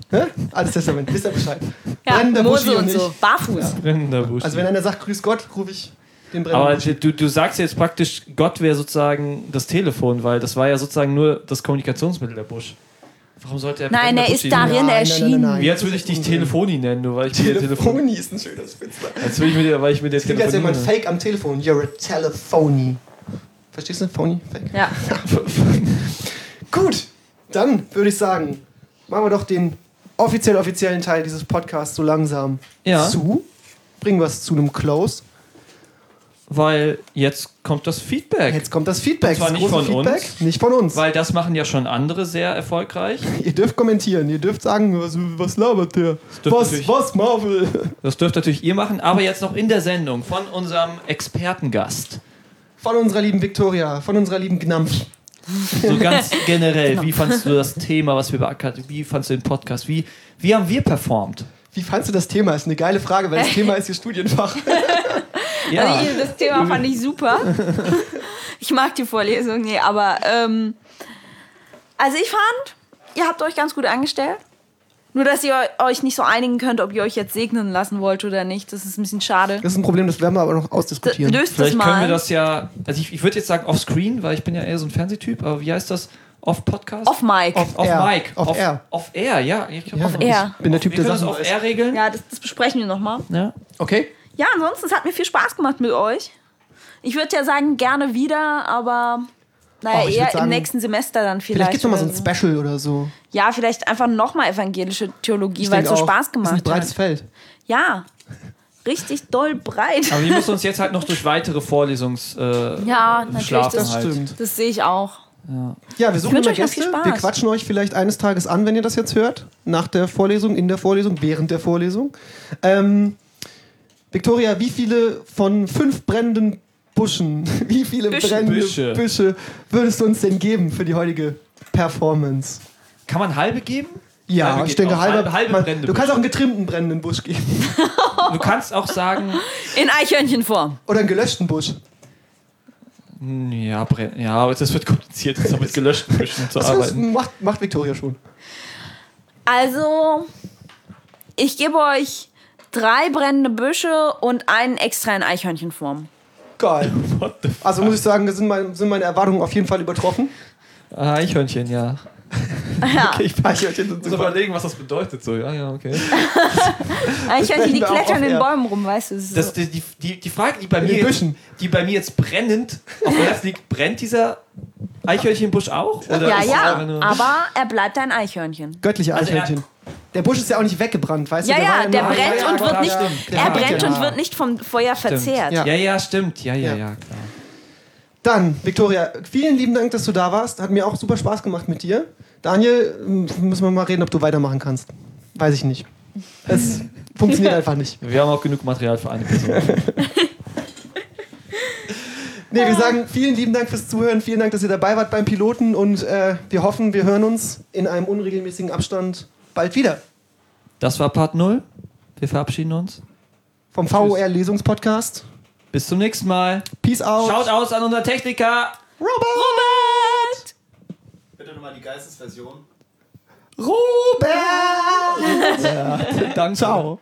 Hä? Altes Testament, wisst ihr Bescheid.
Ja,
Buschi
Mose und
ich-
so. Barfuß.
Brennender Busch.
Also wenn einer sagt, grüß Gott, rufe ich den
Aber
Brenner.
du, du sagst jetzt praktisch, Gott wäre sozusagen das Telefon, weil das war ja sozusagen nur das Kommunikationsmittel der Busch. Warum sollte er
Nein,
brennender
er
Busch
ist
ihn-
darin
nein, nein,
erschienen.
nein, nein.
Wie als würde ich dich Telefoni nennen, nur weil ich mit dir Telefon.
Telefoni ist ein schöner Spitzname.
Als würde ich mit dir, weil ich mit dir
Klingt als jemand
telefoniere.
fake am Telefon. You're a telephony. Verstehst du? Phony, fake.
Ja.
Gut, dann würde ich sagen, machen wir doch den offiziell offiziellen Teil dieses Podcasts so langsam
Ja.
zu. Bringen wir es zu einem Close.
Weil jetzt kommt das Feedback.
Jetzt kommt das Feedback.
zwar
das
nicht
große
von
Feedback.
uns.
Nicht von uns.
Weil das machen ja schon andere sehr erfolgreich.
ihr dürft kommentieren, ihr dürft sagen, was, was labert der?
dürft
Was,
natürlich-
was, Marvel?
Das dürft natürlich ihr machen, aber jetzt noch in der Sendung von unserem Expertengast.
Von unserer lieben Victoria, von unserer lieben Gnampf.
So ganz generell, wie fandst du das Thema, was wir beackert haben? Wie fandst du den Podcast? Wie, wie haben wir performt?
Wie fandst du das Thema? Ist eine geile Frage, weil das Thema ist ihr Studienfach.
Ja.
Also ich, das Thema fand ich super. Ich mag die Vorlesung, nee, aber ähm, also ich fand, ihr habt euch ganz gut angestellt. Nur, dass ihr euch nicht so einigen könnt, ob ihr euch jetzt segnen lassen wollt oder nicht. Das ist ein bisschen schade.
Das ist ein Problem, das werden wir aber noch
D
ausdiskutieren.
löst
Vielleicht
das
können
mal.
wir das ja, also ich, ich würde jetzt sagen off-screen, weil ich bin ja eher so ein Fernsehtyp, aber wie heißt das? Off-Podcast?
Off Mike.
Off, off
Air.
Mic.
Off Air.
Off Air, ja. Ich glaub,
Ja,
off
ich
Air.
bin der Typ,
wir
der
können das
Sachen
off
weiß.
Air regeln. ne? Ja.
Ja, das, das besprechen wir nochmal.
Okay.
Ja, ansonsten, es hat mir viel Spaß gemacht mit euch. Ich würde ja sagen, gerne wieder, aber naja,
Och, Oh, ich würd
eher
sagen,
im nächsten Semester dann
Vielleicht
vielleicht.
gibt es nochmal so
oder
ein Special oder so.
Ja, vielleicht einfach nochmal evangelische Theologie, weil es so
denke auch,
Spaß gemacht
ist ein breites
hat.
Feld.
Ja, richtig doll breit.
Aber die müssen uns jetzt halt noch durch weitere Vorlesungs äh,
Ja, natürlich,
schlafen
das
halt.
stimmt.
Das sehe ich auch.
Ja, wir suchen immer
wünsche euch noch viel
Gäste.
Spaß.
Wir quatschen euch vielleicht eines Tages an, wenn ihr das jetzt hört. Nach der Vorlesung, in der Vorlesung, während der Vorlesung. Ähm, Victoria, wie viele von fünf brennenden Buschen, wie viele
Büschen.
brennende
Büsche.
Büsche würdest du uns denn geben für die heutige Performance?
Kann man halbe geben?
Ja,
Halbe
ich
geht
denke,
auch.
halbe,
halbe, halbe
man,
brennende
Du kannst
Büsche.
auch einen getrimmten brennenden Busch geben.
du kannst auch sagen,
In Eichhörnchenform.
Oder einen gelöschten Busch.
hm, ja, brenn, ja, aber das wird kompliziert, jetzt noch mit gelöschten Büschen zu
Das ist-
arbeiten.
macht, macht Victoria schon.
Also, ich gebe euch drei brennende Büsche und einen extra in Eichhörnchenform.
Geil.
What the f
Also muss ich sagen, sind meine, sind meine Erwartungen auf jeden Fall übertroffen.
ah, Eichhörnchen, ja.
Ja,
Okay, ich weiß, ich
Eichhörnchen sind
muss
super.
überlegen, was das bedeutet. So, ja, ja, okay.
Eichhörnchen, die
wir auch
klettern
off-air.
in Bäumen rum, weißt du? Das ist
Das,
so.
die, die- die, die Frage, die bei,
den
mir jetzt,
Büschen.
die bei mir jetzt brennend auf dem Herz liegt, brennt dieser Eichhörnchenbusch auch? Oder
Ja,
ist es einfach
ja,
nur-
aber er bleibt ein Eichhörnchen.
Göttliche
Also er-
Eichhörnchen. der Busch ist ja auch nicht weggebrannt, weißt
Ja,
du? war
ja, der
ja,
noch-
brennt
ja,
und wird
klar,
nicht,
stimmt.
er
Ja,
brennt
genau.
und wird nicht vom Feuer verzehrt.
Ja.
Ja, ja, stimmt. Ja, ja,
Ja.
ja, klar.
Dann, Victoria, vielen lieben Dank, dass du da warst. Hat mir auch super Spaß gemacht mit dir. Daniel, m- müssen wir mal reden, ob du weitermachen kannst. Weiß ich nicht. Es funktioniert einfach nicht.
Wir haben auch genug Material für eine Person.
Nee, wir sagen vielen lieben Dank fürs Zuhören. Vielen Dank, dass ihr dabei wart beim Piloten. Und äh, wir hoffen, wir hören uns in einem unregelmäßigen Abstand bald wieder.
Das war Part 0. Wir verabschieden uns.
Vom VOR-Lesungspodcast.
Bis zum nächsten Mal.
Peace out.
Schaut aus an unseren Techniker.
Robert!
Bitte nochmal die Geistesversion.
Robert!
Danke. 哦
Ciao.